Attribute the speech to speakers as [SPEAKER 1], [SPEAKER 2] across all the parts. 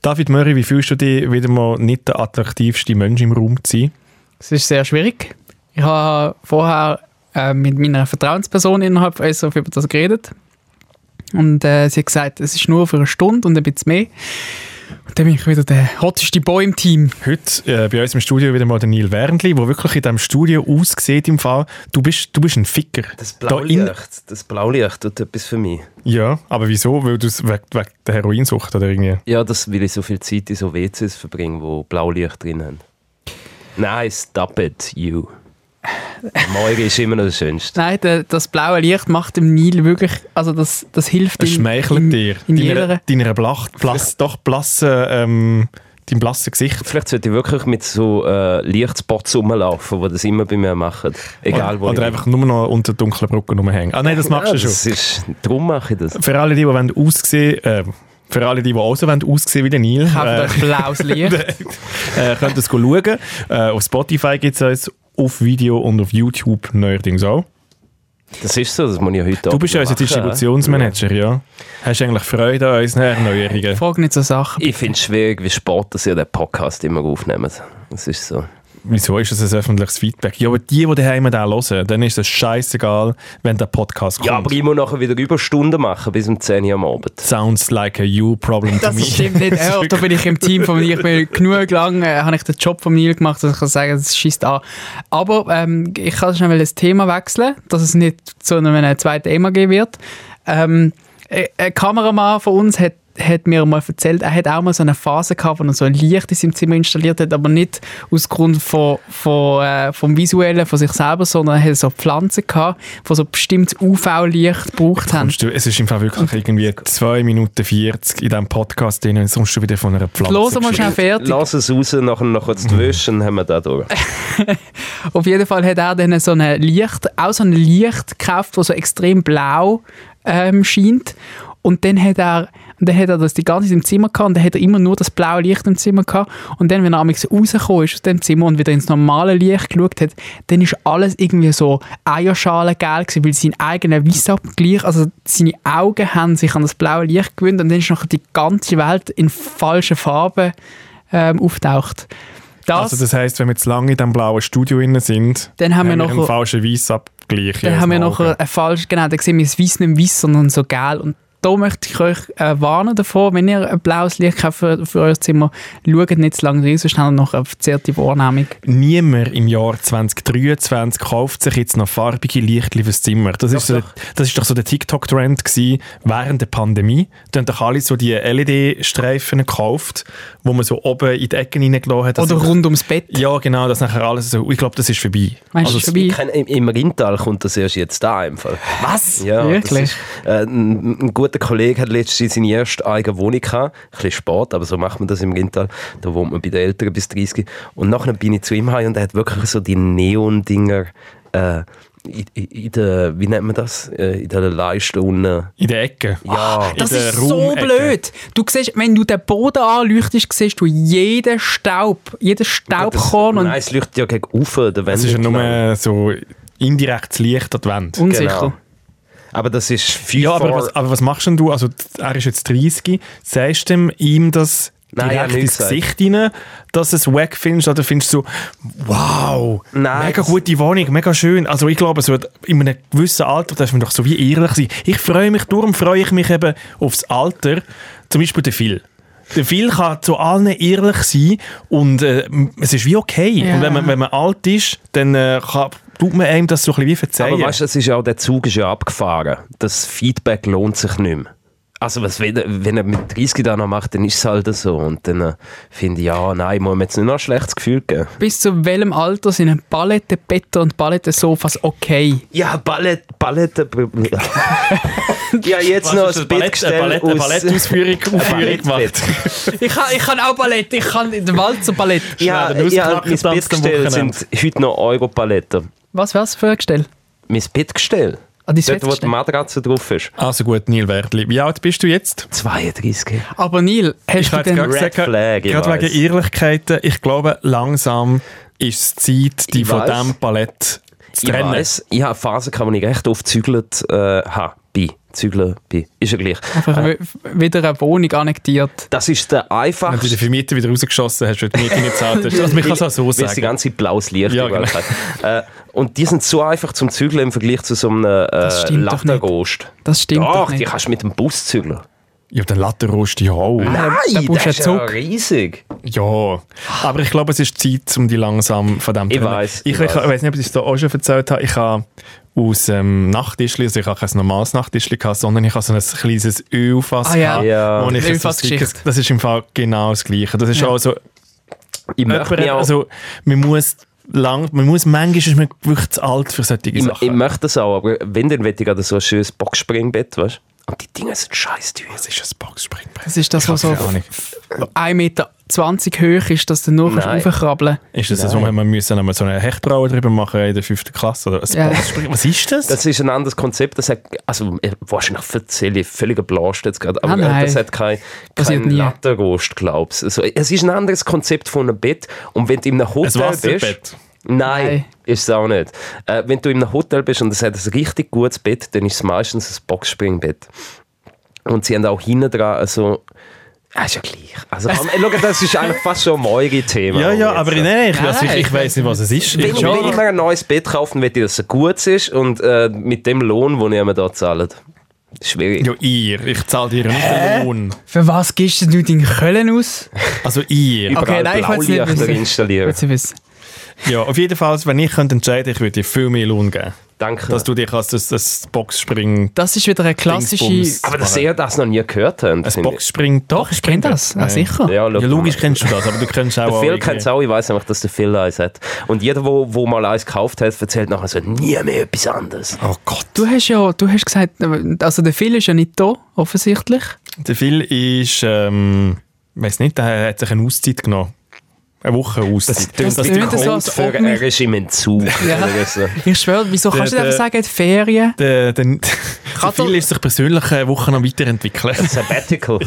[SPEAKER 1] David Möri, wie fühlst du dich, wieder mal nicht der attraktivste Mensch im Raum zu sein?
[SPEAKER 2] Es ist sehr schwierig. Ich habe vorher äh, mit meiner Vertrauensperson innerhalb von SRF über das geredet. Und äh, sie hat gesagt, es ist nur für eine Stunde und ein bisschen mehr. Und dann bin ich wieder der hotteste Boy im Team.
[SPEAKER 1] Heute äh, bei uns im Studio wieder mal der Neil Wernli, der wirklich in diesem Studio aussieht im Fall. Du bist, du bist ein Ficker.
[SPEAKER 3] Das
[SPEAKER 1] Da in-
[SPEAKER 3] Blaulicht, das Blaulicht tut etwas für mich.
[SPEAKER 1] Ja, aber wieso? Weil du es wegen, wegen der Heroinsucht oder irgendwie?
[SPEAKER 3] Ja, das, weil ich so viel Zeit in so WCs verbringe, wo Blaulicht drin haben. Nein, stop it, you. Morgen ist immer noch das Schönste.
[SPEAKER 2] Nein, der, das blaue Licht macht dem Nil wirklich, also das, das hilft
[SPEAKER 1] Es
[SPEAKER 2] ihm.
[SPEAKER 1] schmeichelt
[SPEAKER 2] in,
[SPEAKER 1] dir.
[SPEAKER 2] In
[SPEAKER 1] deiner,
[SPEAKER 2] jeder,
[SPEAKER 1] deiner blach, blass, doch blassen, ähm, deinem blassen Gesicht.
[SPEAKER 3] Vielleicht sollte ich wirklich mit so äh, Lichtspots rumlaufen, die das immer bei mir machen. Egal wo
[SPEAKER 1] oder, oder
[SPEAKER 3] ich
[SPEAKER 1] einfach nur noch unter dunklen Brücken rumhängen. Ah nein, das machst
[SPEAKER 3] ja,
[SPEAKER 1] du schon.
[SPEAKER 3] das ist, Darum mache ich das.
[SPEAKER 1] Für alle, die, die wollen aussehen äh, für alle, die, die auch so wollen, aussehen wie der Neil,
[SPEAKER 2] ich habe
[SPEAKER 1] äh,
[SPEAKER 2] das blaues Licht.
[SPEAKER 1] äh, könnt ihr es schauen. Äh, auf Spotify gibt es uns auf Video und auf YouTube neuerdings auch.
[SPEAKER 3] Das ist so, das muss ich heute
[SPEAKER 1] Du bist ja unser Distributionsmanager, ja. Hast du eigentlich Freude an unseren Erneuerungen?
[SPEAKER 2] Frag nicht so Sachen.
[SPEAKER 3] Ich finde es schwierig, wie spät dass ihr den Podcast immer aufnehmt. Das ist so.
[SPEAKER 1] Wieso ist das ein öffentliches Feedback? Ja, aber die, die daheim den hören, dann ist es scheißegal, wenn der Podcast kommt.
[SPEAKER 3] Ja, aber ich muss nachher wieder Überstunden machen bis um 10 Uhr am Abend.
[SPEAKER 1] Sounds like a you problem to
[SPEAKER 2] Das
[SPEAKER 1] me.
[SPEAKER 2] stimmt nicht. Ja, da bin ich im Team von Nil. Ich bin genug lang, äh, habe ich den Job von Nil gemacht, dass ich kann sagen, das schießt an. Aber ähm, ich kann schnell mal das Thema wechseln, dass es nicht zu einem äh, zweiten EMAG wird. Ähm, äh, ein Kameramann von uns hat, hat mir mal erzählt, er hat auch mal so eine Phase gehabt, wo er so ein Licht in seinem Zimmer installiert hat, aber nicht aus Grund von, von, äh, vom Visuellen, von sich selber, sondern er hat so Pflanzen gehabt, die so bestimmtes UV-Licht gebraucht haben.
[SPEAKER 1] Kommst du- Es ist im Fall wirklich irgendwie 2 Minuten 40 in diesem Podcast drin und sonst schon wieder von einer Pflanze.
[SPEAKER 2] Los, mal
[SPEAKER 1] geschrieben.
[SPEAKER 2] schnell fertig.
[SPEAKER 3] Lass es raus, nachher noch kurz die Wäsche, dann haben wir da durch.
[SPEAKER 2] Auf jeden Fall hat er dann so ein Licht, auch so ein Licht gekauft, das so extrem blau ähm, scheint. Und dann hat er und dann hat er das die ganze Zeit im Zimmer gehabt und dann hat er immer nur das blaue Licht im Zimmer gehabt. Und dann, wenn er amigs rausgekommen ist aus dem Zimmer und wieder ins normale Licht geschaut hat, dann ist alles irgendwie so Eierschalengelb gewesen, weil sein eigener Wissabgleich, also seine Augen haben sich an das blaue Licht gewöhnt und dann ist noch die ganze Welt in falschen Farben ähm, auftaucht. Das,
[SPEAKER 1] Also das heisst, wenn wir zu lange in diesem blauen Studio innen sind,
[SPEAKER 2] Dann haben wir noch-
[SPEAKER 1] einen falschen Weissabgleich. in
[SPEAKER 2] Dann haben wir
[SPEAKER 1] unserem
[SPEAKER 2] noch
[SPEAKER 1] Auge.
[SPEAKER 2] ein falsch, genau, dann sehen wir das Weiß nicht weiß, sondern so gelb. Und da möchte ich euch äh, warnen davor, wenn ihr ein blaues Licht kauft für, für euer Zimmer, schaut nicht zu lange rein, sonst habt ihr noch eine verzerrte Wahrnehmung.
[SPEAKER 1] Niemand im Jahr 2023 kauft sich jetzt noch farbige Lichtchen fürs Zimmer. Das, ist, so, das ist doch so der TikTok-Trend gewesen während der Pandemie. Da haben doch alle so die LED-Streifen gekauft, wo man so oben in die Ecken reingelassen hat. dass
[SPEAKER 2] Oder
[SPEAKER 1] sich-
[SPEAKER 2] rund ums Bett.
[SPEAKER 1] Ja, genau, dass nachher alles so... Ich glaube, das ist vorbei.
[SPEAKER 2] Meinst du,
[SPEAKER 1] Also
[SPEAKER 2] ist vorbei?
[SPEAKER 3] Ich kenn- Im im Rintal kommt das erst jetzt da im Fall. Was? Ja,
[SPEAKER 2] Wirklich?
[SPEAKER 3] Das ist, äh, ein, ein guter Kollege hat letztens seine erste eigene Wohnung gehabt. Ein bisschen spät, aber so macht man das im Rintal. Da wohnt man bei den Eltern bis 30. Und nachher bin ich zu ihm heim und er hat wirklich so die Neon-Dinger äh, in, in, in der, wie nennt man das? Äh, in der Leiste unten.
[SPEAKER 1] in der Ecke.
[SPEAKER 3] Ja.
[SPEAKER 2] Ah, Das
[SPEAKER 1] in der
[SPEAKER 2] ist so
[SPEAKER 1] Raumecke.
[SPEAKER 2] blöd. Du siehst, wenn du den Boden anleuchtest, siehst du jeden Staub, jeden Staubkorn
[SPEAKER 3] Das-
[SPEAKER 2] und
[SPEAKER 3] Nein, es leuchtet ja gegen Ufer.
[SPEAKER 1] Das ist ja nur so indirektes Licht an die Wand.
[SPEAKER 2] unsicher.
[SPEAKER 3] Genau. Aber das ist viel
[SPEAKER 1] Ja, aber
[SPEAKER 3] vor-
[SPEAKER 1] was, aber was machst denn du? Also, er ist jetzt 30. Sagst du ihm- ihm das
[SPEAKER 3] Nein, ich hab
[SPEAKER 1] direkt ins
[SPEAKER 3] nichts
[SPEAKER 1] Gesicht rein, dass es wack findest? Oder findest du so, wow,
[SPEAKER 3] Nein,
[SPEAKER 1] mega
[SPEAKER 3] das-
[SPEAKER 1] gute Wohnung, mega schön. Also, ich glaube, es wird in einem gewissen Alter darf man doch so wie ehrlich sein. Ich freue mich, darum freue ich mich eben aufs Alter. Zum Beispiel der Phil. Der Phil kann zu allen ehrlich sein und äh, es ist wie okay.
[SPEAKER 2] Ja.
[SPEAKER 1] Und wenn man, wenn man alt ist, dann äh, kann, tut man einem das so ein bisschen wie verzeihen.
[SPEAKER 3] Aber weißt du, es ist ja auch, der Zug ist ja abgefahren. Das Feedback lohnt sich nicht mehr. Also was, wenn, wenn er mit 30 da noch macht, dann ist es halt so. Und dann äh, finde ich, ja, nein, muss mir jetzt nicht noch ein schlechtes Gefühl geben.
[SPEAKER 2] Bis zu welchem Alter sind Palettenbetten und Paletensofas okay?
[SPEAKER 3] Ja, Ballett, äh, Ballette... ja, jetzt noch ein Bettgestell aus...
[SPEAKER 1] äh, Ballettausführung Aufführung gemacht.
[SPEAKER 2] Ich kann, ich kann auch Palette, ich kann den Walzer-Palett.
[SPEAKER 3] Ja,
[SPEAKER 1] Schnell den
[SPEAKER 3] ja, mein
[SPEAKER 1] Ausknacken am
[SPEAKER 3] Bettgestell
[SPEAKER 1] Wochenende.
[SPEAKER 3] sind heute noch Europaletten.
[SPEAKER 2] Was wär's für ein Gestell?
[SPEAKER 3] Mein Bettgestell,
[SPEAKER 2] Ah, dein
[SPEAKER 3] dort wo die
[SPEAKER 2] Bettgestell.
[SPEAKER 3] Matratze drauf ist.
[SPEAKER 1] Also gut, Neil Werdli, wie alt bist du jetzt?
[SPEAKER 3] 32.
[SPEAKER 2] Aber Neil, hast
[SPEAKER 1] Ich
[SPEAKER 2] du
[SPEAKER 1] habe jetzt gerade
[SPEAKER 2] denn...
[SPEAKER 1] gesagt,
[SPEAKER 3] Flag, ich
[SPEAKER 1] gerade
[SPEAKER 3] weiss.
[SPEAKER 1] wegen Ehrlichkeiten, ich glaube, langsam ist es Zeit, die
[SPEAKER 3] Ich
[SPEAKER 1] von
[SPEAKER 3] weiss.
[SPEAKER 1] diesem Palett zu
[SPEAKER 3] Ich
[SPEAKER 1] trennen.
[SPEAKER 3] weiss, ich habe Phasen, gehabt, wo ich recht oft gezügelt äh, habe. Bei Zügler bin. Ist ja gleich.
[SPEAKER 2] Einfach wi- wieder eine Wohnung annektiert.
[SPEAKER 3] Das ist der
[SPEAKER 1] Wenn du
[SPEAKER 3] einfachste
[SPEAKER 1] den Vermieter wieder rausgeschossen hast, weil du die Miete nicht zahlt hast. Also, man kann es auch so
[SPEAKER 3] Weil es die
[SPEAKER 1] sagen.
[SPEAKER 3] ganze Zeit blaues Licht
[SPEAKER 1] Ja, genau.
[SPEAKER 3] überall hat. Äh, und die sind so einfach zum Zügeln im Vergleich zu so einem äh,
[SPEAKER 2] stimmt doch nicht.
[SPEAKER 3] Lattagost.
[SPEAKER 2] Das stimmt doch
[SPEAKER 3] Doch,
[SPEAKER 2] nicht.
[SPEAKER 3] die kannst du mit dem Bus zügeln.
[SPEAKER 1] Ja, den Lattenrost, ja oh. auch.
[SPEAKER 3] Nein,
[SPEAKER 2] da brauchst du
[SPEAKER 3] das ist
[SPEAKER 2] einen
[SPEAKER 3] ja
[SPEAKER 2] Zug.
[SPEAKER 3] riesig.
[SPEAKER 1] Ja, aber ich glaube, es ist Zeit, um die langsam von dem
[SPEAKER 3] Ich
[SPEAKER 1] trennen.
[SPEAKER 3] weiss,
[SPEAKER 1] Ich,
[SPEAKER 3] ich
[SPEAKER 1] ich,
[SPEAKER 3] weiss.
[SPEAKER 1] weiss nicht, ob ich es da auch schon erzählt habe. Ich habe aus ähm, Nachttischli, also ich habe kein normales Nachttischli gehabt, sondern ich habe so ein kleines Ölfass
[SPEAKER 2] Ah, ja.
[SPEAKER 1] gehabt,
[SPEAKER 3] Ja.
[SPEAKER 1] wo ich
[SPEAKER 2] Die
[SPEAKER 1] ein
[SPEAKER 2] Ölfassgeschichte.
[SPEAKER 1] Sticker- Das ist im Fall genau das Gleiche. Das ist
[SPEAKER 2] Ja.
[SPEAKER 1] auch so,
[SPEAKER 3] Ich möchte
[SPEAKER 1] jemand,
[SPEAKER 3] mich auch-
[SPEAKER 1] also man muss lang, man muss manchmal ist man wirklich zu alt für solche
[SPEAKER 3] ich, ich
[SPEAKER 1] Sachen.
[SPEAKER 3] möchte das auch, aber wenn, dann will ich gerade so ein schönes Boxspringbett, weißt du? Und die Dinger sind scheiß teuer.
[SPEAKER 1] das ist ein Boxspringbrett.
[SPEAKER 2] Das ist das,
[SPEAKER 1] Ich habe
[SPEAKER 2] was so
[SPEAKER 1] keine Ahnung.
[SPEAKER 2] 1,20 Meter hoch ist, dass du nur
[SPEAKER 3] Nein.
[SPEAKER 2] raufkrabbeln
[SPEAKER 1] Ist das so, wenn wir müssen einmal so eine Hechtbraue drüber machen in der 5. Klasse? Oder ein
[SPEAKER 2] Ja.
[SPEAKER 1] Boxspring- Was ist das?
[SPEAKER 3] Das ist ein anderes Konzept, das hat, also äh, wahrscheinlich erzähle ich völliger Blast jetzt gerade, aber
[SPEAKER 2] Ah,
[SPEAKER 3] äh,
[SPEAKER 2] nein.
[SPEAKER 3] das hat kein,
[SPEAKER 2] Passiert
[SPEAKER 3] kein
[SPEAKER 2] nie.
[SPEAKER 3] Lattenrost, glaubst du. Also, es ist ein anderes Konzept von einem Bett und wenn du in einem Hotel bist...
[SPEAKER 1] Wasserbett.
[SPEAKER 3] Nein,
[SPEAKER 2] Nein.
[SPEAKER 3] ist es auch nicht. Äh, wenn du in einem Hotel bist und es hat ein richtig gutes Bett, dann ist es meistens ein Boxspringbett. Und sie haben auch hinten dran, also... Ah, ist ja gleich. Also, komm, äh, schau, das ist eigentlich fast schon ein neues Thema.
[SPEAKER 1] Ja, ja,
[SPEAKER 3] jetzt.
[SPEAKER 1] aber nein, nein, ich, also ich,
[SPEAKER 2] Nein.
[SPEAKER 1] ich weiß nicht, was es ist.
[SPEAKER 3] Wenn,
[SPEAKER 1] Ich,
[SPEAKER 3] ich- wenn ich
[SPEAKER 1] schon,
[SPEAKER 3] mir ein neues Bett kaufen will, dass es gut ist und äh, mit dem Lohn, den ich mir da zahle. Schwierig.
[SPEAKER 1] ja, ihr. Ich zahle dir nicht den Lohn.
[SPEAKER 2] Für was gibst du deinen Köln aus?
[SPEAKER 1] Also ihr.
[SPEAKER 3] Überall
[SPEAKER 2] nein, ich wollt's nicht
[SPEAKER 3] Blaulichter
[SPEAKER 2] wissen.
[SPEAKER 3] installieren.
[SPEAKER 2] Willst du wissen?
[SPEAKER 1] Ja, auf jeden Fall, wenn ich könnte entscheiden ich würde dir viel mehr Lohn geben.
[SPEAKER 3] Danke.
[SPEAKER 1] Dass du dich als das, das Boxspring...
[SPEAKER 2] Das ist wieder eine klassische...
[SPEAKER 1] Dingsbums.
[SPEAKER 3] aber dass ihr das noch nie gehört habt.
[SPEAKER 1] Ein
[SPEAKER 3] finde ich.
[SPEAKER 1] Boxspring... Doch,
[SPEAKER 2] Ich kenne das, ah, sicher.
[SPEAKER 3] Ja,
[SPEAKER 1] Ja,
[SPEAKER 3] schau
[SPEAKER 1] logisch
[SPEAKER 3] mal.
[SPEAKER 1] kennst du das, aber du kennst
[SPEAKER 3] Der
[SPEAKER 1] auch...
[SPEAKER 3] Phil
[SPEAKER 1] irgendwie-
[SPEAKER 3] kennt es auch, ich weiß einfach, dass der Phil eins hat. Und jeder, der wo, wo mal eins gekauft hat, erzählt nachher so, nie mehr etwas anderes.
[SPEAKER 1] Oh Gott.
[SPEAKER 2] Du hast ja du hast gesagt, also der Phil ist ja nicht da, offensichtlich.
[SPEAKER 1] Der Phil ist... Ähm, weiß nicht, der hat sich eine Auszeit genommen. Eine Woche Auszeit.
[SPEAKER 2] Das
[SPEAKER 1] Das-
[SPEAKER 2] tönt so, als
[SPEAKER 3] Grund
[SPEAKER 2] ob
[SPEAKER 3] für,
[SPEAKER 2] mich-
[SPEAKER 3] er ist im Entzug.
[SPEAKER 2] Ja.
[SPEAKER 3] Oder so.
[SPEAKER 2] Ich schwöre, wieso
[SPEAKER 1] Der-
[SPEAKER 2] kannst du
[SPEAKER 1] der-
[SPEAKER 2] nicht einfach sagen, die Ferien?
[SPEAKER 1] äh, Der, der,
[SPEAKER 2] Kann
[SPEAKER 1] der Phil
[SPEAKER 2] doch-
[SPEAKER 1] ist sich persönlich eine Woche noch weiterentwickelt.
[SPEAKER 3] Sabbatical.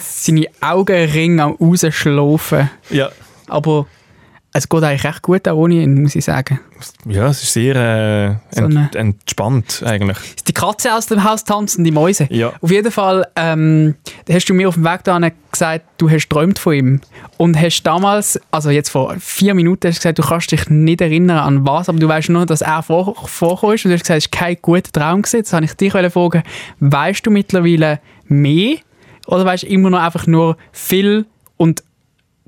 [SPEAKER 2] Seine Augenringe am Rausschlafen.
[SPEAKER 1] ja.
[SPEAKER 2] Aber es geht eigentlich recht gut, auch ohne ihn, muss ich sagen.
[SPEAKER 1] Ja, es ist sehr äh,
[SPEAKER 2] So
[SPEAKER 1] ent
[SPEAKER 2] eine-
[SPEAKER 1] entspannt eigentlich.
[SPEAKER 2] Ist die Katze aus dem Haus tanzen, die Mäuse?
[SPEAKER 1] Ja.
[SPEAKER 2] Auf jeden Fall ähm, da hast du mir auf dem Weg dahin gesagt, du hast träumt von ihm. Und hast damals, also jetzt vor vier Minuten, hast du gesagt, du kannst dich nicht erinnern an was, aber du weißt nur, dass er vor, vorkommt. Und du hast gesagt, es war kein guter Traum. Gewesen. Jetzt wollte ich dich fragen, weißt du mittlerweile mehr? Oder weißt du immer noch einfach nur viel und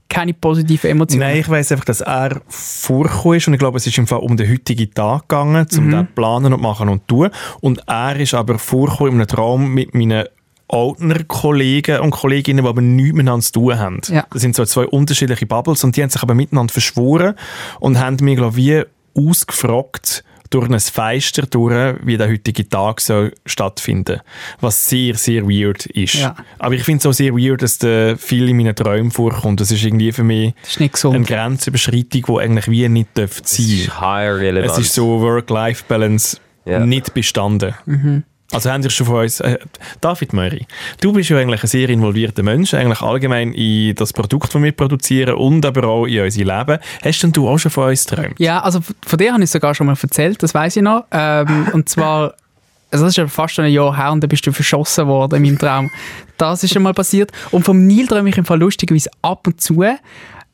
[SPEAKER 2] keine positiven Emotionen?
[SPEAKER 1] Nein, ich weiß einfach, dass er vorgekommen ist und ich glaube, es ist im Fall um den heutigen Tag gegangen,
[SPEAKER 2] Mhm.
[SPEAKER 1] um den planen und machen und tun. Und er ist aber vorgekommen in einem Traum mit meinen alten Kollegen und Kolleginnen, die aber nichts miteinander zu tun haben.
[SPEAKER 2] Ja.
[SPEAKER 1] Das sind so zwei unterschiedliche Bubbles und die haben sich aber miteinander verschworen und haben mich, glaube ich, wie ausgefragt durch ein Feister durch, wie der heutige Tag soll stattfinden Was sehr, sehr weird ist.
[SPEAKER 2] Ja.
[SPEAKER 1] Aber ich finde es auch sehr weird, dass der viel in meinen Träumen vorkommt. Das ist irgendwie für mich
[SPEAKER 2] Das ist
[SPEAKER 1] eine
[SPEAKER 2] nicht gesund.
[SPEAKER 1] Grenzüberschreitung, die eigentlich wie nicht dürfen
[SPEAKER 3] Das
[SPEAKER 1] sein
[SPEAKER 3] ist high relevant.
[SPEAKER 1] Es ist so Work-Life-Balance
[SPEAKER 3] Ja.
[SPEAKER 1] nicht bestanden.
[SPEAKER 2] Mhm.
[SPEAKER 1] Also haben sich schon von uns... Äh, David Möri, du bist ja eigentlich ein sehr involvierter Mensch, eigentlich allgemein in das Produkt, das wir produzieren und aber auch in unser Leben. Hast denn du auch schon von uns geträumt?
[SPEAKER 2] Ja, also v- von dir habe ich sogar schon mal erzählt, das weiß ich noch. Ähm, und zwar, also das ist ja fast schon ein Jahr her und dann bist du verschossen worden in meinem Traum. Das ist schon mal passiert. Und vom Nil träume ich im Fall lustigerweise ab und zu.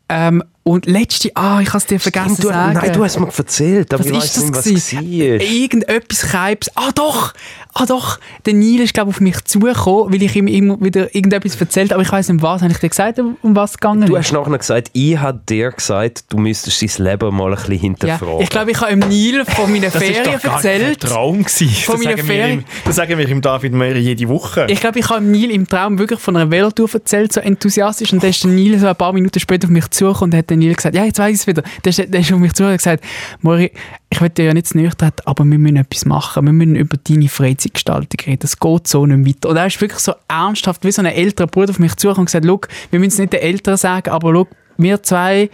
[SPEAKER 2] Ähm, und letzte, ah, ich habe es dir vergessen zu
[SPEAKER 3] du,
[SPEAKER 2] sagen.
[SPEAKER 3] Nein, du hast mir erzählt, aber
[SPEAKER 2] Was
[SPEAKER 3] ich
[SPEAKER 2] ist
[SPEAKER 3] weiß
[SPEAKER 2] das
[SPEAKER 3] nicht, was es
[SPEAKER 2] gewesen?
[SPEAKER 3] war.
[SPEAKER 2] Irgendetwas Keibs. Ah doch, ah doch. Der Neil ist glaube auf mich zugekommen, weil ich ihm immer wieder irgendetwas erzählt, aber ich weiß nicht was. Habe ich dir gesagt, um um was es gegangen
[SPEAKER 3] Du
[SPEAKER 2] ist?
[SPEAKER 3] hast nachher gesagt, ich habe dir gesagt, du müsstest dein Leben mal ein bisschen
[SPEAKER 2] ja,
[SPEAKER 3] hinterfragen.
[SPEAKER 2] ich glaube, ich habe dem Neil von meinen Ferien
[SPEAKER 1] kein
[SPEAKER 2] erzählt.
[SPEAKER 1] Traum gewesen.
[SPEAKER 2] Von
[SPEAKER 1] das,
[SPEAKER 2] meiner
[SPEAKER 1] sagen wir
[SPEAKER 2] Ferien-
[SPEAKER 1] ihm, das sagen wir ihm David Möri jede Woche.
[SPEAKER 2] Ich glaube, ich habe Neil im Traum wirklich von einer Velotour erzählt, so enthusiastisch. Und dann ist der Neil so ein paar Minuten später auf mich zugekommen und hat der Neil gesagt, ja, jetzt weiß ich es wieder. Dann ist, dann ist er auf mich zugekommen und gesagt, Mori, ich will dir ja nicht zu nahe treten, aber wir müssen etwas machen. Wir müssen über deine Freizeitgestaltung reden. Das geht so nicht weiter. Und er ist wirklich so ernsthaft wie so ein älterer Bruder auf mich zugekommen und gesagt, «Schau, wir müssen es nicht den Eltern sagen, aber schau, wir zwei,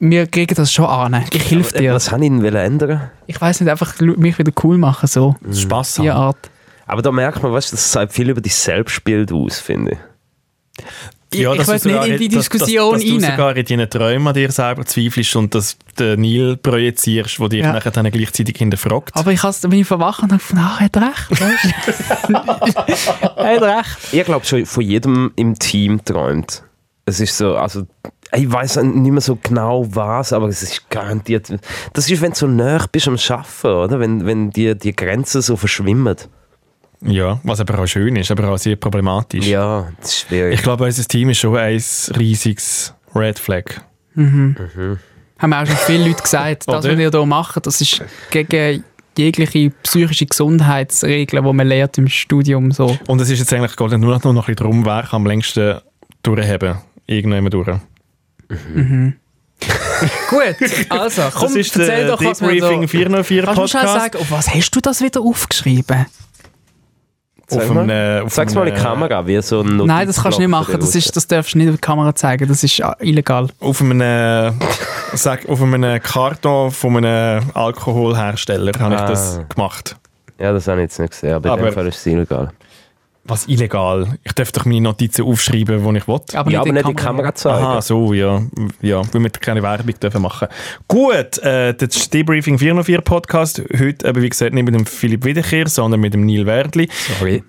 [SPEAKER 2] wir kriegen das schon an. Ich helfe
[SPEAKER 3] Äh,
[SPEAKER 2] dir.
[SPEAKER 3] Was habe ich denn ändern?
[SPEAKER 2] Ich weiß nicht, einfach mich wieder cool machen, so.
[SPEAKER 1] Spass haben.
[SPEAKER 2] Die Art.
[SPEAKER 3] Aber da merkt man, weißt, du, das sagt viel über dein Selbstbild aus, finde ich.
[SPEAKER 2] Ich, ich will nicht in die Diskussion
[SPEAKER 1] dass, dass, dass du
[SPEAKER 2] rein.
[SPEAKER 1] sogar in deinen Träumen an dir selber zweifelst und dass den Nil projizierst, der dich
[SPEAKER 2] Ja.
[SPEAKER 1] nachher dann gleichzeitig hinterfragt.
[SPEAKER 2] Aber ich has, bin ich verwacht und habe gefunden, ah, er hat recht. weisst du? er hat recht.
[SPEAKER 3] Ich glaube schon, von jedem im Team träumt. Es ist so, also ich weiß nicht mehr so genau was, aber es ist garantiert. Das ist, wenn du so näher bist am Schaffen, oder? Wenn, wenn dir die Grenzen so verschwimmen.
[SPEAKER 1] ja, was aber auch schön ist, aber auch sehr problematisch.
[SPEAKER 3] Ja, das ist schwierig.
[SPEAKER 1] Ich glaube, unser Team ist schon ein riesiges Red Flag.
[SPEAKER 2] Haben auch schon viele Leute gesagt, das,
[SPEAKER 1] Oder?
[SPEAKER 2] was ihr hier macht, das ist gegen jegliche psychische Gesundheitsregeln, die man lernt im Studium. So.
[SPEAKER 1] Und es ist jetzt eigentlich gerade nur noch nur noch ein bisschen darum, wer kann am längsten durchheben. Irgendjemand durch.
[SPEAKER 2] Gut, also, komm,
[SPEAKER 1] das ist äh,
[SPEAKER 2] erzähl
[SPEAKER 1] der
[SPEAKER 2] doch, was man
[SPEAKER 1] Debriefing
[SPEAKER 2] so...
[SPEAKER 1] 404
[SPEAKER 2] Kannst du schnell
[SPEAKER 1] Podcast.
[SPEAKER 2] sagen, auf was hast du das wieder aufgeschrieben?
[SPEAKER 1] Auf
[SPEAKER 3] Sag mal.
[SPEAKER 1] einem, äh, auf
[SPEAKER 3] Sag's mal in
[SPEAKER 1] einem,
[SPEAKER 3] die Kamera, wie so ein
[SPEAKER 2] Nein, das kannst du nicht
[SPEAKER 3] Notizblock
[SPEAKER 2] machen. Das,
[SPEAKER 3] für die
[SPEAKER 2] ist, das darfst du nicht auf die Kamera zeigen. Das ist ah, illegal.
[SPEAKER 1] auf einem, äh, sag, auf einem Karton von einem Alkoholhersteller habe ich
[SPEAKER 3] Ah.
[SPEAKER 1] das gemacht.
[SPEAKER 3] Leute. Ja, das habe ich jetzt nicht gesehen, aber, in
[SPEAKER 1] Aber-
[SPEAKER 3] dem Fall ist es illegal.
[SPEAKER 1] Was illegal. Ich darf doch meine Notizen aufschreiben, wo ich will.
[SPEAKER 2] Aber
[SPEAKER 3] ja, aber
[SPEAKER 2] in
[SPEAKER 3] nicht
[SPEAKER 2] die
[SPEAKER 3] in die Kamera zeigen.
[SPEAKER 1] Aha, so, ja. ja weil wir keine Werbung dürfen machen Gut, äh, das Debriefing 404 Podcast. Heute, eben, wie gesagt, nicht mit dem Philipp Wiederkehr, sondern mit dem Neil Werdli. Äh,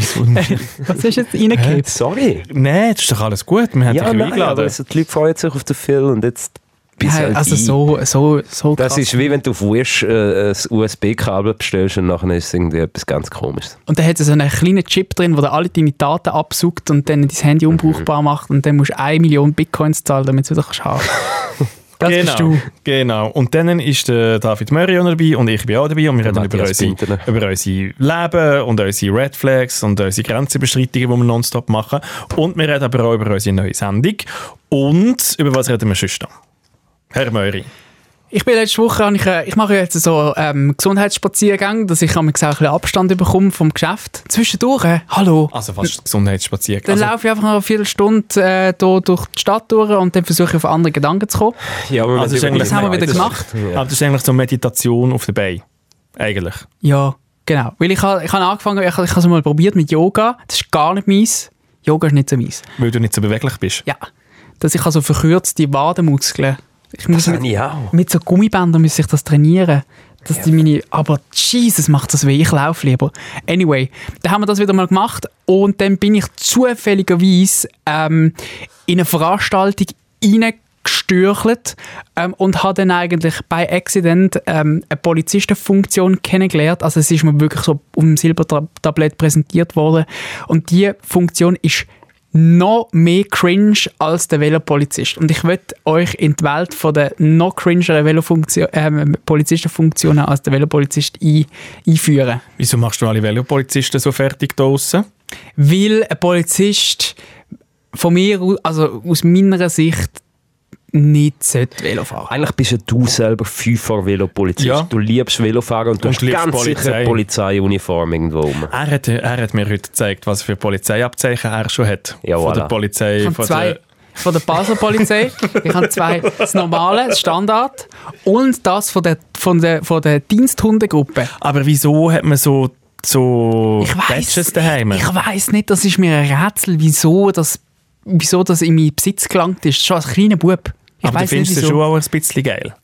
[SPEAKER 3] Sorry.
[SPEAKER 2] Was ist jetzt reingekippt?
[SPEAKER 3] Sorry.
[SPEAKER 1] Nein, das ist doch alles gut. Wir haben dich
[SPEAKER 3] Ja,
[SPEAKER 1] ja
[SPEAKER 3] nein, aber
[SPEAKER 1] eingeladen.
[SPEAKER 3] also, die Leute freuen sich auf den Film und jetzt bist du
[SPEAKER 2] Hey,
[SPEAKER 3] halt
[SPEAKER 2] also
[SPEAKER 3] ein.
[SPEAKER 2] so, so, so
[SPEAKER 3] Das
[SPEAKER 2] krass.
[SPEAKER 3] ist wie wenn du auf Wish äh, ein USB-Kabel bestellst und nachher ist es irgendwie etwas ganz komisches.
[SPEAKER 2] Und dann hat es so einen kleinen Chip drin, wo der alle deine Daten absaugt und dann dein Handy
[SPEAKER 1] Mhm.
[SPEAKER 2] unbrauchbar macht und dann musst du eine Million Bitcoins zahlen, damit du es wieder kannst haben Das
[SPEAKER 1] genau,
[SPEAKER 2] bist du.
[SPEAKER 1] Genau. Und dann ist der David Murray auch dabei und ich bin auch dabei und wir reden über
[SPEAKER 3] Matthias
[SPEAKER 1] unsere,
[SPEAKER 3] Binterle.
[SPEAKER 1] über unsere Leben und unsere Red Flags und unsere Grenzenbestreitungen, die wir nonstop machen. Und wir reden aber auch über unsere neue Sendung. Und über was reden wir sonst noch? Herr Murray.
[SPEAKER 2] Ich bin letzte Woche, habe ich, äh, ich mache ja jetzt so ähm, Gesundheitsspaziergänge, dass ich auch ein bisschen Abstand bekomme vom Geschäft. Zwischendurch, äh, hallo.
[SPEAKER 1] Also fast Gesundheitsspaziergang.
[SPEAKER 2] Dann
[SPEAKER 1] Also,
[SPEAKER 2] laufe ich einfach noch eine Viertelstunde äh, hier durch die Stadt durch und dann versuche ich auf andere Gedanken zu kommen.
[SPEAKER 3] Ja, aber
[SPEAKER 1] Also,
[SPEAKER 3] wenn du
[SPEAKER 1] das
[SPEAKER 3] über
[SPEAKER 2] haben wir
[SPEAKER 3] die
[SPEAKER 2] wieder
[SPEAKER 3] Leute redest.
[SPEAKER 1] aber das ist eigentlich so Meditation auf der Beine. Eigentlich.
[SPEAKER 2] Ja, genau. Weil ich habe ich habe angefangen, ich, ich habe es mal probiert mit Yoga. Das ist gar nicht meins. Yoga ist nicht so meins.
[SPEAKER 1] Weil du nicht so beweglich bist.
[SPEAKER 2] Ja. Dass ich also verkürzte Wadenmuskeln. Ich muss
[SPEAKER 3] Das
[SPEAKER 2] mit,
[SPEAKER 3] habe ich auch.
[SPEAKER 2] mit so Gummibändern muss ich das trainieren. Dass die meine, aber Jesus, macht das weh, ich laufe lieber. Anyway, dann haben wir das wieder mal gemacht und dann bin ich zufälligerweise ähm, in eine Veranstaltung reingestürchelt ähm, und habe dann eigentlich bei Accident ähm, eine Polizistenfunktion kennengelernt. Also es ist mir wirklich so um dem Silbertablett präsentiert worden und die Funktion ist noch mehr cringe als der Velopolizist. Und ich möchte euch in die Welt von der noch cringeren Velofunktion, ähm, Polizistenfunktionen als der Velopolizist ein, einführen.
[SPEAKER 1] Wieso machst du alle Velopolizisten so fertig draussen?
[SPEAKER 2] Weil ein Polizist von mir, au- also aus meiner Sicht, nicht sollte Velo fahren.
[SPEAKER 3] Eigentlich bist ja du selber fünffacher Velopolizist.
[SPEAKER 1] Ja.
[SPEAKER 3] Du liebst Velofahren und du
[SPEAKER 1] Und
[SPEAKER 3] hast
[SPEAKER 1] liebst
[SPEAKER 3] ganz sicher
[SPEAKER 1] Polizei.
[SPEAKER 3] eine Polizeiuniform irgendwo rum.
[SPEAKER 2] Ah.
[SPEAKER 1] Er hat, er hat mir heute gezeigt, was für Polizeiabzeichen er schon hat.
[SPEAKER 3] Ja,
[SPEAKER 1] von der
[SPEAKER 3] voilà.
[SPEAKER 1] Polizei.
[SPEAKER 2] Ich habe
[SPEAKER 1] von
[SPEAKER 2] zwei
[SPEAKER 1] Der,
[SPEAKER 2] von der Basler Polizei. Ich habe zwei, das normale, das Standard und das von der, von der, von der Diensthundegruppe.
[SPEAKER 1] aber wieso hat man so, so
[SPEAKER 2] Ich weiss
[SPEAKER 1] Badges daheim?
[SPEAKER 2] Ich weiß nicht, das ist mir ein Rätsel, wieso das, wieso das in meinen Besitz gelangt ist. Schon als kleiner Bub. Ich
[SPEAKER 1] aber du
[SPEAKER 2] weiß nicht,
[SPEAKER 1] findest
[SPEAKER 2] wieso.
[SPEAKER 1] es schon auch ein bisschen geil.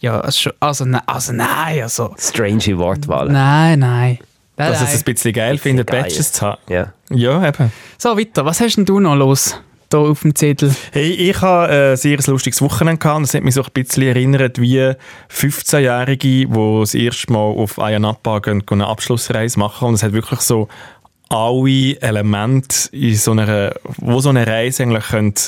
[SPEAKER 2] Ja, also, schon- also, ne- also nein, also.
[SPEAKER 3] Strange Wortwahl.
[SPEAKER 2] Nein, nein. nein,
[SPEAKER 1] Dass es ein
[SPEAKER 2] nein.
[SPEAKER 1] bisschen geil findet,
[SPEAKER 3] geil.
[SPEAKER 1] Badges zu haben.
[SPEAKER 3] Ja.
[SPEAKER 1] Ja, eben.
[SPEAKER 2] So, weiter. Was hast denn du noch los? Da auf dem Zettel.
[SPEAKER 1] Hey, ich habe äh, ein sehr lustiges Wochenende gehabt. und Das hat mich so ein bisschen erinnert wie 15-Jährige, die das erste Mal auf Ayia Napa gehen, gehen eine Abschlussreise machen. Und es hat wirklich so alle Elemente, in so einer, wo so eine Reise eigentlich könnte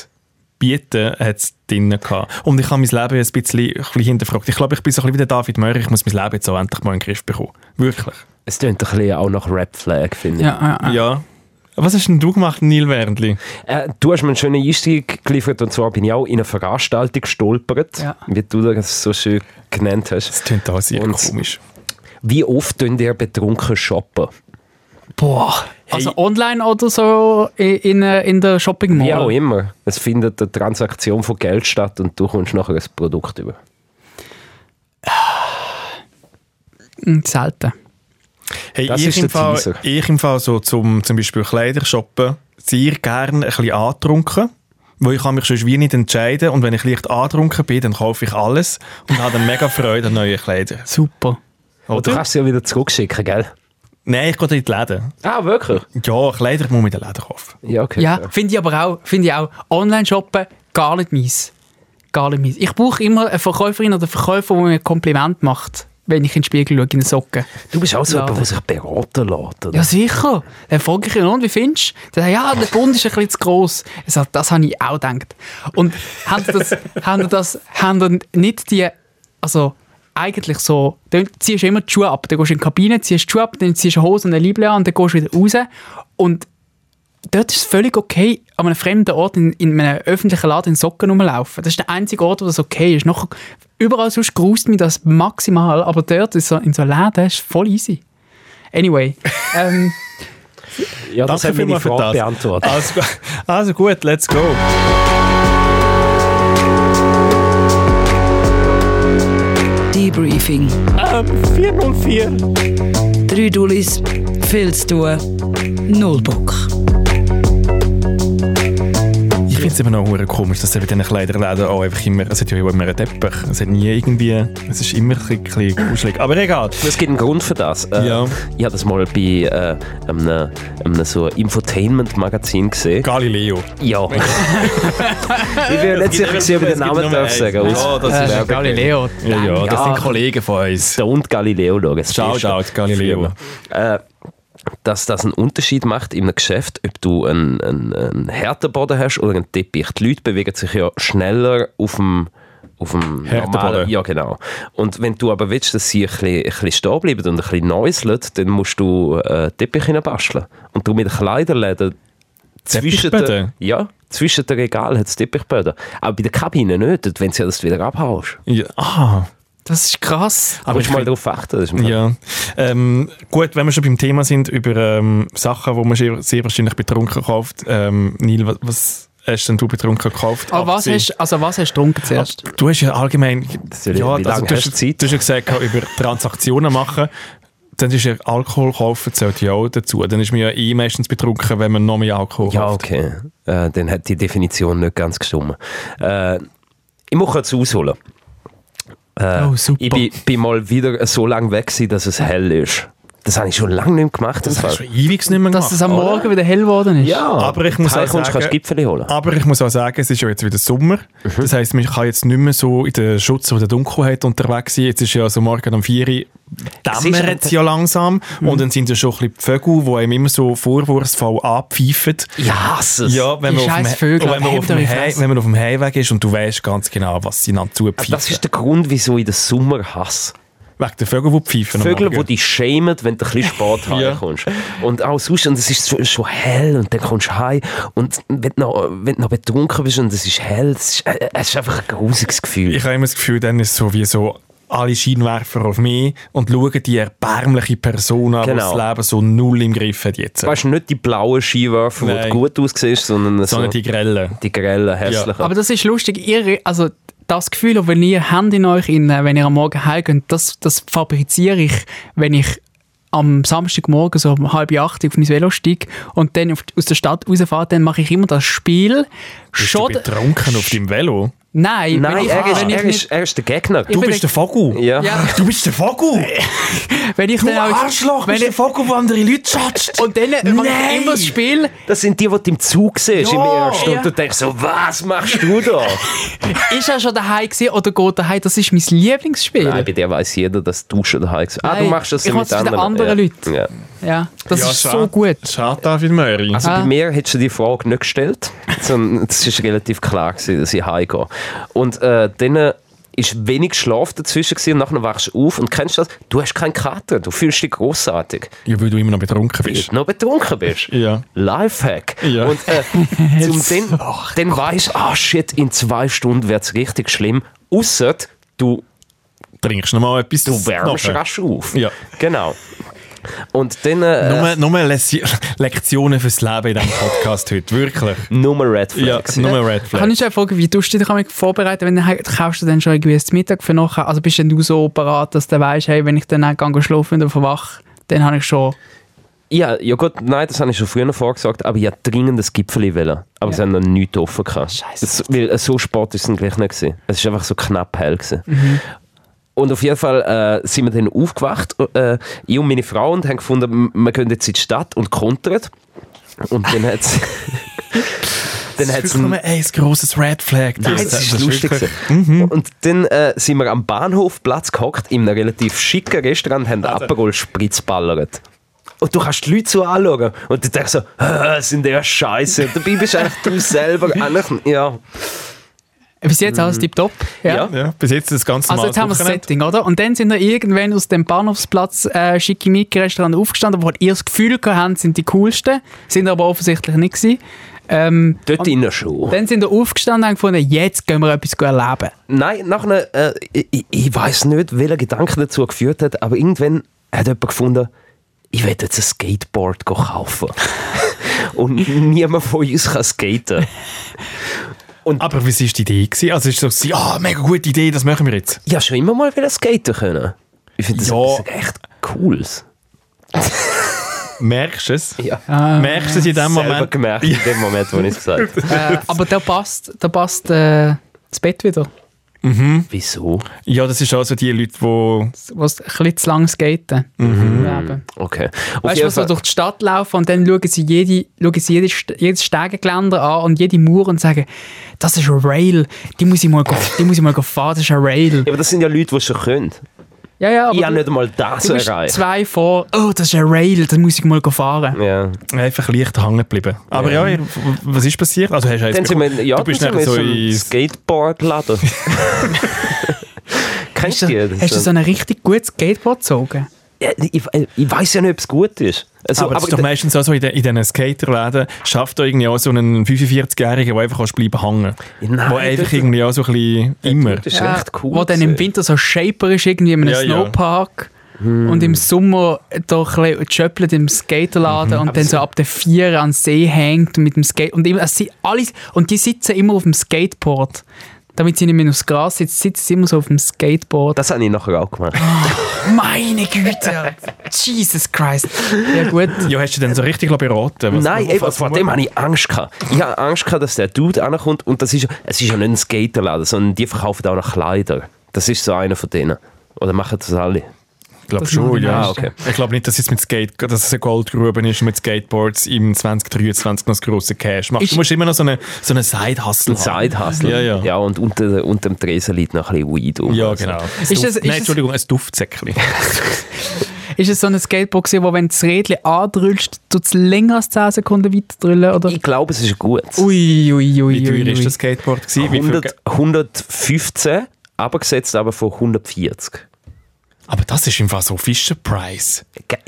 [SPEAKER 1] bieten, hat es drin gehabt. Und ich habe mein Leben jetzt ein bisschen, ein bisschen hinterfragt. Ich glaube, ich bin so ein bisschen wie der David Möhrer. Ich muss mein Leben jetzt auch endlich mal in den Griff bekommen. Wirklich.
[SPEAKER 3] Es tönt ein bisschen auch nach Red Flag, finde ich.
[SPEAKER 2] Ja, ja, ja.
[SPEAKER 1] Ja. Was hast denn du gemacht, Neil Werndli?
[SPEAKER 3] Äh, du hast mir einen schönen Einstieg geliefert und zwar bin ich auch in eine Veranstaltung gestolpert,
[SPEAKER 2] Ja.
[SPEAKER 3] wie du das so schön genannt hast.
[SPEAKER 1] Das klingt auch sehr
[SPEAKER 3] Und-
[SPEAKER 1] komisch.
[SPEAKER 3] Wie oft tun ihr betrunken shoppen?
[SPEAKER 2] Boah. Also online oder so in, in, äh, in der Shopping Mall.
[SPEAKER 3] Wie auch immer. Es findet eine Transaktion von Geld statt und du kommst nachher ein Produkt über.
[SPEAKER 2] Hm, Selten.
[SPEAKER 1] Hey,
[SPEAKER 3] Das
[SPEAKER 1] ich,
[SPEAKER 3] ist
[SPEAKER 1] im
[SPEAKER 3] der
[SPEAKER 1] Fall,
[SPEAKER 3] Teaser.
[SPEAKER 1] ich im Fall so zum, zum Beispiel Kleider shoppen, sehr gerne ein bisschen angetrunken. Weil ich kann mich sonst wie nicht entscheiden und wenn ich leicht angetrunken bin, dann kaufe ich alles und habe dann mega Freude an neuen Kleidern.
[SPEAKER 2] Super.
[SPEAKER 3] Und du kannst sie ja wieder zurückschicken, gell?
[SPEAKER 1] Nein, ich gehe in die Läden.
[SPEAKER 3] Ah, wirklich?
[SPEAKER 1] Ja, Kleider muss man in den Läden kaufen.
[SPEAKER 3] Ja, okay.
[SPEAKER 2] Ja,
[SPEAKER 3] fair.
[SPEAKER 2] finde ich aber auch, finde ich auch. Online-Shoppen, gar nicht meins. Gar nicht meins. Ich brauche immer eine Verkäuferin oder einen Verkäufer, der mir ein Kompliment macht, wenn ich in den Spiegel schaue, in den Socken.
[SPEAKER 3] Du bist auch so
[SPEAKER 2] Ja.
[SPEAKER 3] jemand, der sich beraten lässt, oder?
[SPEAKER 2] Ja, sicher. Dann frage ich ihn, und, wie findest du? Dann sagt er, ja, der Bund ist ein bisschen zu gross. Ich sage, das habe ich auch gedacht. Und haben das, haben das, haben nicht die, also eigentlich so, dann ziehst du immer die Schuhe ab. Dann gehst du in die Kabine, ziehst die Schuhe ab, dann ziehst du eine Hose und ein Liebling an und dann gehst du wieder raus. Und dort ist es völlig okay, an einem fremden Ort in, in einem öffentlichen Laden in Socken rumlaufen. Das ist der einzige Ort, wo das okay ist. Nachher, überall sonst grüßt mich das maximal, aber dort ist so, in so Läden ist es voll easy. Anyway, ähm,
[SPEAKER 3] Ja, das hat meine
[SPEAKER 1] vielmals
[SPEAKER 3] Frage beantwortet.
[SPEAKER 1] Also, gu- also gut, let's go.
[SPEAKER 4] Debriefing. Ähm, 404. Drei Dullis, viel zu tun, null Bock.
[SPEAKER 1] Ich finde es immer noch hure komisch, dass eben bei diesen Kleiderläden auch einfach immer, es hat ja immer einen Teppich. Es hat nie irgendwie, es ist immer ein bisschen- ein bisschen kuschelig. Aber egal.
[SPEAKER 3] Es gibt einen Grund für das. Äh,
[SPEAKER 1] Ja.
[SPEAKER 3] Ich habe das mal bei äh, einem, einem so Infotainment-Magazin gesehen.
[SPEAKER 1] Galileo.
[SPEAKER 3] Ja. ich bin nicht sicher, gewesen, ob ich den Namen darf sagen
[SPEAKER 1] Ja, das
[SPEAKER 2] äh,
[SPEAKER 1] ist
[SPEAKER 2] ja, Galileo.
[SPEAKER 1] ja, ja, das sind
[SPEAKER 3] Ja.
[SPEAKER 1] Kollegen von uns.
[SPEAKER 3] Da und Galileo schauen. das
[SPEAKER 1] Shoutout,
[SPEAKER 3] Beste.
[SPEAKER 1] Galileo.
[SPEAKER 3] Äh, dass das einen Unterschied macht in einem Geschäft, ob du einen, einen, einen Härteboden hast oder einen Teppich. Die Leute bewegen sich ja schneller auf dem auf dem
[SPEAKER 1] Härteboden.
[SPEAKER 3] normalen, ja genau. Und wenn du aber willst, dass sie ein bisschen, ein bisschen stehen bleiben und ein bisschen neuseln, dann musst du äh, Teppich hineinbasteln. Und du mit Kleiderläden zwischen den,
[SPEAKER 1] Teppichböden?
[SPEAKER 3] ja, zwischen den Regalen hat es Teppichböden. Aber bei der Kabine nicht, wenn sie das wieder abhaust.
[SPEAKER 1] Ja. Ah,
[SPEAKER 2] Das ist krass.
[SPEAKER 1] aber
[SPEAKER 3] Musst
[SPEAKER 1] ich
[SPEAKER 3] du mal darauf achten. Das ist mir-
[SPEAKER 1] Ja. Ähm, gut, wenn wir schon beim Thema sind, über ähm, Sachen, die man sehr sehr wahrscheinlich betrunken kauft. Ähm, Neil, was, was hast denn du betrunken gekauft?
[SPEAKER 2] Aber was
[SPEAKER 1] Abgesehen-
[SPEAKER 2] hast, also was hast du getrunken zuerst?
[SPEAKER 1] Du hast ja allgemein. also
[SPEAKER 3] ist ja- wie lange
[SPEAKER 1] du,
[SPEAKER 3] hast du Zeit?
[SPEAKER 1] du hast ja gesagt, ja, über Transaktionen machen. Dann ist ja Alkohol kaufen zählt ja auch dazu. Dann ist man ja eh meistens betrunken, wenn man noch mehr Alkohol
[SPEAKER 3] Ja,
[SPEAKER 1] kauft.
[SPEAKER 3] okay. Äh, dann hat die Definition nicht ganz gestimmt. Äh, ich muss kurz ausholen. Äh,
[SPEAKER 2] Oh, super.
[SPEAKER 3] Ich bin, bin mal wieder so lange weg, gewesen, dass es hell ist. Das habe ich schon lange nicht mehr gemacht. im
[SPEAKER 1] Das hast du
[SPEAKER 3] Fall.
[SPEAKER 1] schon ewig nicht mehr gemacht.
[SPEAKER 2] Dass es am Morgen wieder hell geworden ist?
[SPEAKER 3] ja,
[SPEAKER 1] Aber ich muss
[SPEAKER 3] Teil
[SPEAKER 1] auch sagen-
[SPEAKER 3] kommst,
[SPEAKER 1] Ah.
[SPEAKER 3] kannst du Gipfeli holen. Mhm.
[SPEAKER 1] Aber ich muss auch sagen, es ist ja jetzt wieder Sommer. Das heisst, man kann jetzt nicht mehr so in der Schutz oder der Dunkelheit unterwegs sein. Jetzt ist ja so morgen um 4 Uhr,
[SPEAKER 3] ist Mhm.
[SPEAKER 1] dämmert
[SPEAKER 3] ein-
[SPEAKER 1] es ja langsam. Und dann sind ja schon ein bisschen die Vögel, die einem immer so vorwurfsvoll anpfeifen.
[SPEAKER 3] Ich hasse es.
[SPEAKER 1] Ja, wenn
[SPEAKER 2] Die
[SPEAKER 1] man, auf dem,
[SPEAKER 2] scheiß Vögel,
[SPEAKER 1] wenn, man
[SPEAKER 2] habt
[SPEAKER 1] auf dem
[SPEAKER 2] eure
[SPEAKER 1] Hei-
[SPEAKER 2] Fresse.
[SPEAKER 1] wenn man auf dem Heimweg ist und du weißt ganz genau, was sie dann zupfeifen.
[SPEAKER 3] Das ist der Grund, wieso ich den Sommer hasse.
[SPEAKER 1] Wegen den Vögeln, die pfeifen. am
[SPEAKER 3] Vögel,
[SPEAKER 1] Morgen.
[SPEAKER 3] die dich schämen, wenn du ein bisschen spät heimkommst. Und auch sonst, und es ist so, schon hell und dann kommst du heim und wenn du noch, wenn du noch betrunken bist und es ist hell, es ist, äh, es ist einfach ein grusiges Gefühl.
[SPEAKER 1] Ich habe immer das Gefühl, dann ist es so wie so alle Scheinwerfer auf mich und schauen die erbärmliche Person an,
[SPEAKER 3] Genau.
[SPEAKER 1] die das Leben so null im Griff hat jetzt.
[SPEAKER 3] Weißt du, nicht die blauen Skiwerfer, wo du
[SPEAKER 1] Nein.
[SPEAKER 3] gut aussiehst, sondern,
[SPEAKER 1] Sondern
[SPEAKER 3] so
[SPEAKER 1] die
[SPEAKER 3] die,
[SPEAKER 1] Grellen.
[SPEAKER 3] grellen, hässlichen.
[SPEAKER 2] Aber das ist lustig, ihr, also das Gefühl, das ihr habt in euch, in, wenn ihr am Morgen heimgeht, das, das fabriziere ich, wenn ich am Samstagmorgen so um halb acht auf mein Velo steige und dann auf, aus der Stadt rausfahre, dann mache ich immer das Spiel.
[SPEAKER 1] Bist du betrunken auf deinem Velo?
[SPEAKER 2] Nein, wenn
[SPEAKER 3] Nein,
[SPEAKER 2] ich,
[SPEAKER 3] er ist,
[SPEAKER 2] wenn ich
[SPEAKER 3] er,
[SPEAKER 2] nicht,
[SPEAKER 3] ist, er ist der Gegner.
[SPEAKER 1] Du
[SPEAKER 2] bin
[SPEAKER 1] bist der
[SPEAKER 2] der-
[SPEAKER 1] Vogel! Ah,
[SPEAKER 3] ja.
[SPEAKER 2] ja,
[SPEAKER 1] Du bist der Vogel!
[SPEAKER 2] wenn ich
[SPEAKER 1] Du
[SPEAKER 2] dann auch-
[SPEAKER 1] Arschloch!
[SPEAKER 2] wenn
[SPEAKER 1] Bist der
[SPEAKER 2] ich,
[SPEAKER 1] Vogel, der andere Leute schatscht!
[SPEAKER 2] und dann mache ich
[SPEAKER 1] Nein!
[SPEAKER 2] immer das Spiel,
[SPEAKER 3] Das sind die, die du im Zug siehst im
[SPEAKER 1] Ja.
[SPEAKER 3] ersten. Und du denkst so, was machst du da?
[SPEAKER 2] ist er schon daheim gewesen oder geht daheim? Das ist mein Lieblingsspiel.
[SPEAKER 3] Nein, bei dir weiss jeder, dass du schon daheim bist. Ah, du
[SPEAKER 2] Nein,
[SPEAKER 3] machst das
[SPEAKER 2] ich
[SPEAKER 3] mit
[SPEAKER 2] mach's mit den
[SPEAKER 3] anderen.
[SPEAKER 2] anderen
[SPEAKER 3] ja.
[SPEAKER 2] Leuten.
[SPEAKER 3] Ja.
[SPEAKER 2] Ja, das ist so gut.
[SPEAKER 1] Schade dafür, Möri.
[SPEAKER 3] Also
[SPEAKER 2] Ah.
[SPEAKER 3] bei mir hättest du die Frage nicht gestellt, sondern es war relativ klar, gewesen, dass ich heimgehe. Und äh, dann äh, ist wenig Schlaf dazwischen gewesen, und nachher wachst du auf und kennst das, du hast keinen Kater, du fühlst dich großartig,
[SPEAKER 1] ja, weil du immer noch betrunken bist.
[SPEAKER 3] noch betrunken bist.
[SPEAKER 1] Ja.
[SPEAKER 3] Lifehack.
[SPEAKER 1] Ja.
[SPEAKER 3] Und äh, zum den, dann weißt du, ah shit, in zwei Stunden wird es richtig schlimm, außer du
[SPEAKER 1] Trinkst noch mal etwas.
[SPEAKER 3] Du wärmst
[SPEAKER 1] nachher.
[SPEAKER 3] rasch auf.
[SPEAKER 1] Ja.
[SPEAKER 3] Genau. Und dann äh,
[SPEAKER 1] Nur, nur Lesi- Lektionen fürs Leben in diesem Podcast heute. Wirklich.
[SPEAKER 3] Nummer Red
[SPEAKER 1] Ja,
[SPEAKER 3] Flags.
[SPEAKER 1] nur Red
[SPEAKER 2] Kann
[SPEAKER 1] Flag.
[SPEAKER 2] ich schon fragen, wie tust du dich damit vorbereiten, wenn du heim- kaufst du dann schon irgendwie zum Mittag für nachher? Also bist denn du so parat, dass du weißt, hey, wenn ich dann auch gehe schlafen und verwache, dann habe ich schon
[SPEAKER 3] Ja, ja gut, nein, das habe ich schon früher noch vorgesagt, aber ich wollte dringend das Gipfeli wollen. Aber es hat noch nichts offen gehabt. Das, weil äh, so spät ist es dann gleich nicht gewesen. Es ist einfach so knapp hell gewesen.
[SPEAKER 1] Mhm.
[SPEAKER 3] Und auf jeden Fall äh, sind wir dann aufgewacht, äh, ich und meine Frau, und haben gefunden, m- wir gehen jetzt in die Stadt und kontern. Und dann hat es... dann
[SPEAKER 1] Das
[SPEAKER 3] hat's
[SPEAKER 1] ist wirklich nur ein grosses Red Flag.
[SPEAKER 3] Nein, das, ist Mhm. lustig.
[SPEAKER 1] wirklich-
[SPEAKER 3] gewesen. Und dann äh, sind wir am Bahnhofplatz gehockt, in einem relativ schicken Restaurant, haben also. Aperol Spritz ballert. Und du kannst die Leute so anschauen. Und du denkst so, «Hä, sind die ja scheiße. Und dabei bist eigentlich du selber. Eigentlich, ja.
[SPEAKER 2] Äh, Bis jetzt alles tipptopp.
[SPEAKER 3] Ja.
[SPEAKER 1] Ja, bis jetzt das ganze
[SPEAKER 2] Also jetzt haben wir das Setting, oder? Und dann sind wir irgendwann aus dem Bahnhofsplatz äh, Schickimicki-Restaurant aufgestanden, wo halt ihr das Gefühl gehabt haben, sind die coolsten, sind aber offensichtlich nicht gewesen. Ähm,
[SPEAKER 3] Dort innen schon.
[SPEAKER 2] dann sind wir aufgestanden und haben gefunden, jetzt gehen wir etwas erleben.
[SPEAKER 3] Nein, nach einer, äh, ich, ich weiß nicht, welcher Gedanke dazu geführt hat, aber irgendwann hat jemand gefunden, ich werde jetzt ein Skateboard go kaufen. Und niemand von uns kann skaten.
[SPEAKER 1] Aber was war die Idee? Gewesen? Also ist so, gewesen, «Ah, mega gute Idee, das machen wir jetzt.
[SPEAKER 3] Ja, schon immer mal wieder skaten können. Ich finde das
[SPEAKER 1] Ja.
[SPEAKER 3] etwas echt Cooles.
[SPEAKER 1] Merkst du es?
[SPEAKER 3] Ja.
[SPEAKER 1] Merkst du es in dem
[SPEAKER 3] Ah. Selber
[SPEAKER 1] Ah, Moment?
[SPEAKER 3] gemerkt in dem Moment, wo ich es gesagt habe.
[SPEAKER 2] Äh, aber da passt, da passt äh, das Bett wieder,
[SPEAKER 3] Wieso?
[SPEAKER 1] Ja, das ist also die Leute, die...
[SPEAKER 2] was ein bisschen zu lang skaten. Mhm.
[SPEAKER 3] Okay. Auf
[SPEAKER 2] Weißt du,
[SPEAKER 3] jeden
[SPEAKER 2] was so
[SPEAKER 3] Fall-
[SPEAKER 2] durch die Stadt laufen und dann schauen sie, jede, schauen sie jedes, St- jedes Stegengeländer an und jede Mauer und sagen, das ist eine Rail, die muss ich mal, go- die muss ich mal go fahren, das ist eine Rail.
[SPEAKER 3] ja, aber das sind ja Leute, die schon können.
[SPEAKER 2] Ja, ja, aber
[SPEAKER 3] ich habe
[SPEAKER 2] du-
[SPEAKER 3] nicht einmal das
[SPEAKER 2] du bist
[SPEAKER 3] erreicht.
[SPEAKER 2] zwei vor, oh, das ist eine Rail, das muss ich mal go fahren.
[SPEAKER 3] Ja.
[SPEAKER 1] einfach leicht hängen geblieben. Aber ja, ihr- w- was ist passiert? Also hast du eins
[SPEAKER 3] Dann sind
[SPEAKER 1] bekommen?
[SPEAKER 3] wir, ja,
[SPEAKER 1] du bist
[SPEAKER 3] dann
[SPEAKER 1] dann
[SPEAKER 3] sind
[SPEAKER 1] so
[SPEAKER 3] wir in
[SPEAKER 1] in...
[SPEAKER 3] so Skateboardladen. Kennst
[SPEAKER 2] Hast du,
[SPEAKER 3] du das?
[SPEAKER 2] hast du so ein richtig gutes Skateboard gezogen?
[SPEAKER 3] Ja, ich ich weiß ja nicht, ob es gut ist. Also,
[SPEAKER 1] aber, es ist
[SPEAKER 3] da-
[SPEAKER 1] doch meistens auch so, in, den- in diesen Skaterläden schafft da irgendwie auch so einen 45-Jährigen, der einfach kannst bleiben hängen
[SPEAKER 3] Nein,
[SPEAKER 1] Der einfach
[SPEAKER 3] das-
[SPEAKER 1] irgendwie auch so ein bisschen immer...
[SPEAKER 3] das ist echt cool.
[SPEAKER 2] Wo dann im
[SPEAKER 3] gewesen.
[SPEAKER 2] Winter so shaper ist, irgendwie in einem
[SPEAKER 1] Ja, Hm. ja.
[SPEAKER 2] Snowpark. Und im Sommer da ein bisschen schöppelt im
[SPEAKER 1] Mhm.
[SPEAKER 2] Skaterladen und dann so ab der Vier an den See hängt mit dem Skate. Und, immer, es sind alles, und die sitzen immer auf dem Skateboard. Damit sie nicht mehr aufs Gras sitzen, sitzen sie immer so auf dem Skateboard.
[SPEAKER 3] Das habe ich nachher auch gemacht.
[SPEAKER 2] Meine Güte! Jesus Christ! Ja gut.
[SPEAKER 1] Ja, hast du denn so richtig beraten? Was-
[SPEAKER 3] Nein,
[SPEAKER 1] was-
[SPEAKER 3] eben,
[SPEAKER 1] was-
[SPEAKER 3] vor dem hatte ich Angst. Gehabt. Ich hatte Angst, gehabt, dass der Dude ankommt und das ist, es ist ja nicht ein Skaterladen, sondern die verkaufen auch noch Kleider. Das ist so einer von denen. Oder machen das alle?
[SPEAKER 1] Ich glaube
[SPEAKER 2] Das machen
[SPEAKER 1] schon,
[SPEAKER 2] die
[SPEAKER 1] ja.
[SPEAKER 3] meisten. Ah, okay.
[SPEAKER 1] Ich glaube nicht, dass jetzt mit Skate, dass es eine Goldgrube ist und mit Skateboards im 2023 noch das grosse Cash macht.
[SPEAKER 2] Ist-
[SPEAKER 1] Du musst immer noch so eine, so eine Side-Hustle haben.
[SPEAKER 3] Side-Hustle.
[SPEAKER 1] Ja, ja.
[SPEAKER 3] ja und unter, unter dem Tresen liegt noch ein bisschen Weed. um.
[SPEAKER 1] Ja, genau. Ein Duft-
[SPEAKER 2] Ist das- ist das-
[SPEAKER 1] Nein, Entschuldigung, ein Duftsäckchen.
[SPEAKER 2] Ist es so ein Skateboard, gewesen, wo wenn du das Rädchen andrüllst, tut es länger als 10 Sekunden weiterdrüllen? Oder?
[SPEAKER 3] Ich glaube, es ist gut.
[SPEAKER 2] Ui, ui, ui, ui,
[SPEAKER 1] Wie teuer
[SPEAKER 2] ui.
[SPEAKER 1] ist das Skateboard? gewesen? Wie viel
[SPEAKER 3] 100,
[SPEAKER 1] Ge-
[SPEAKER 3] 115, abgesetzt aber von 140.
[SPEAKER 1] Aber das ist im Fall so Fischer-Price.
[SPEAKER 3] Ge-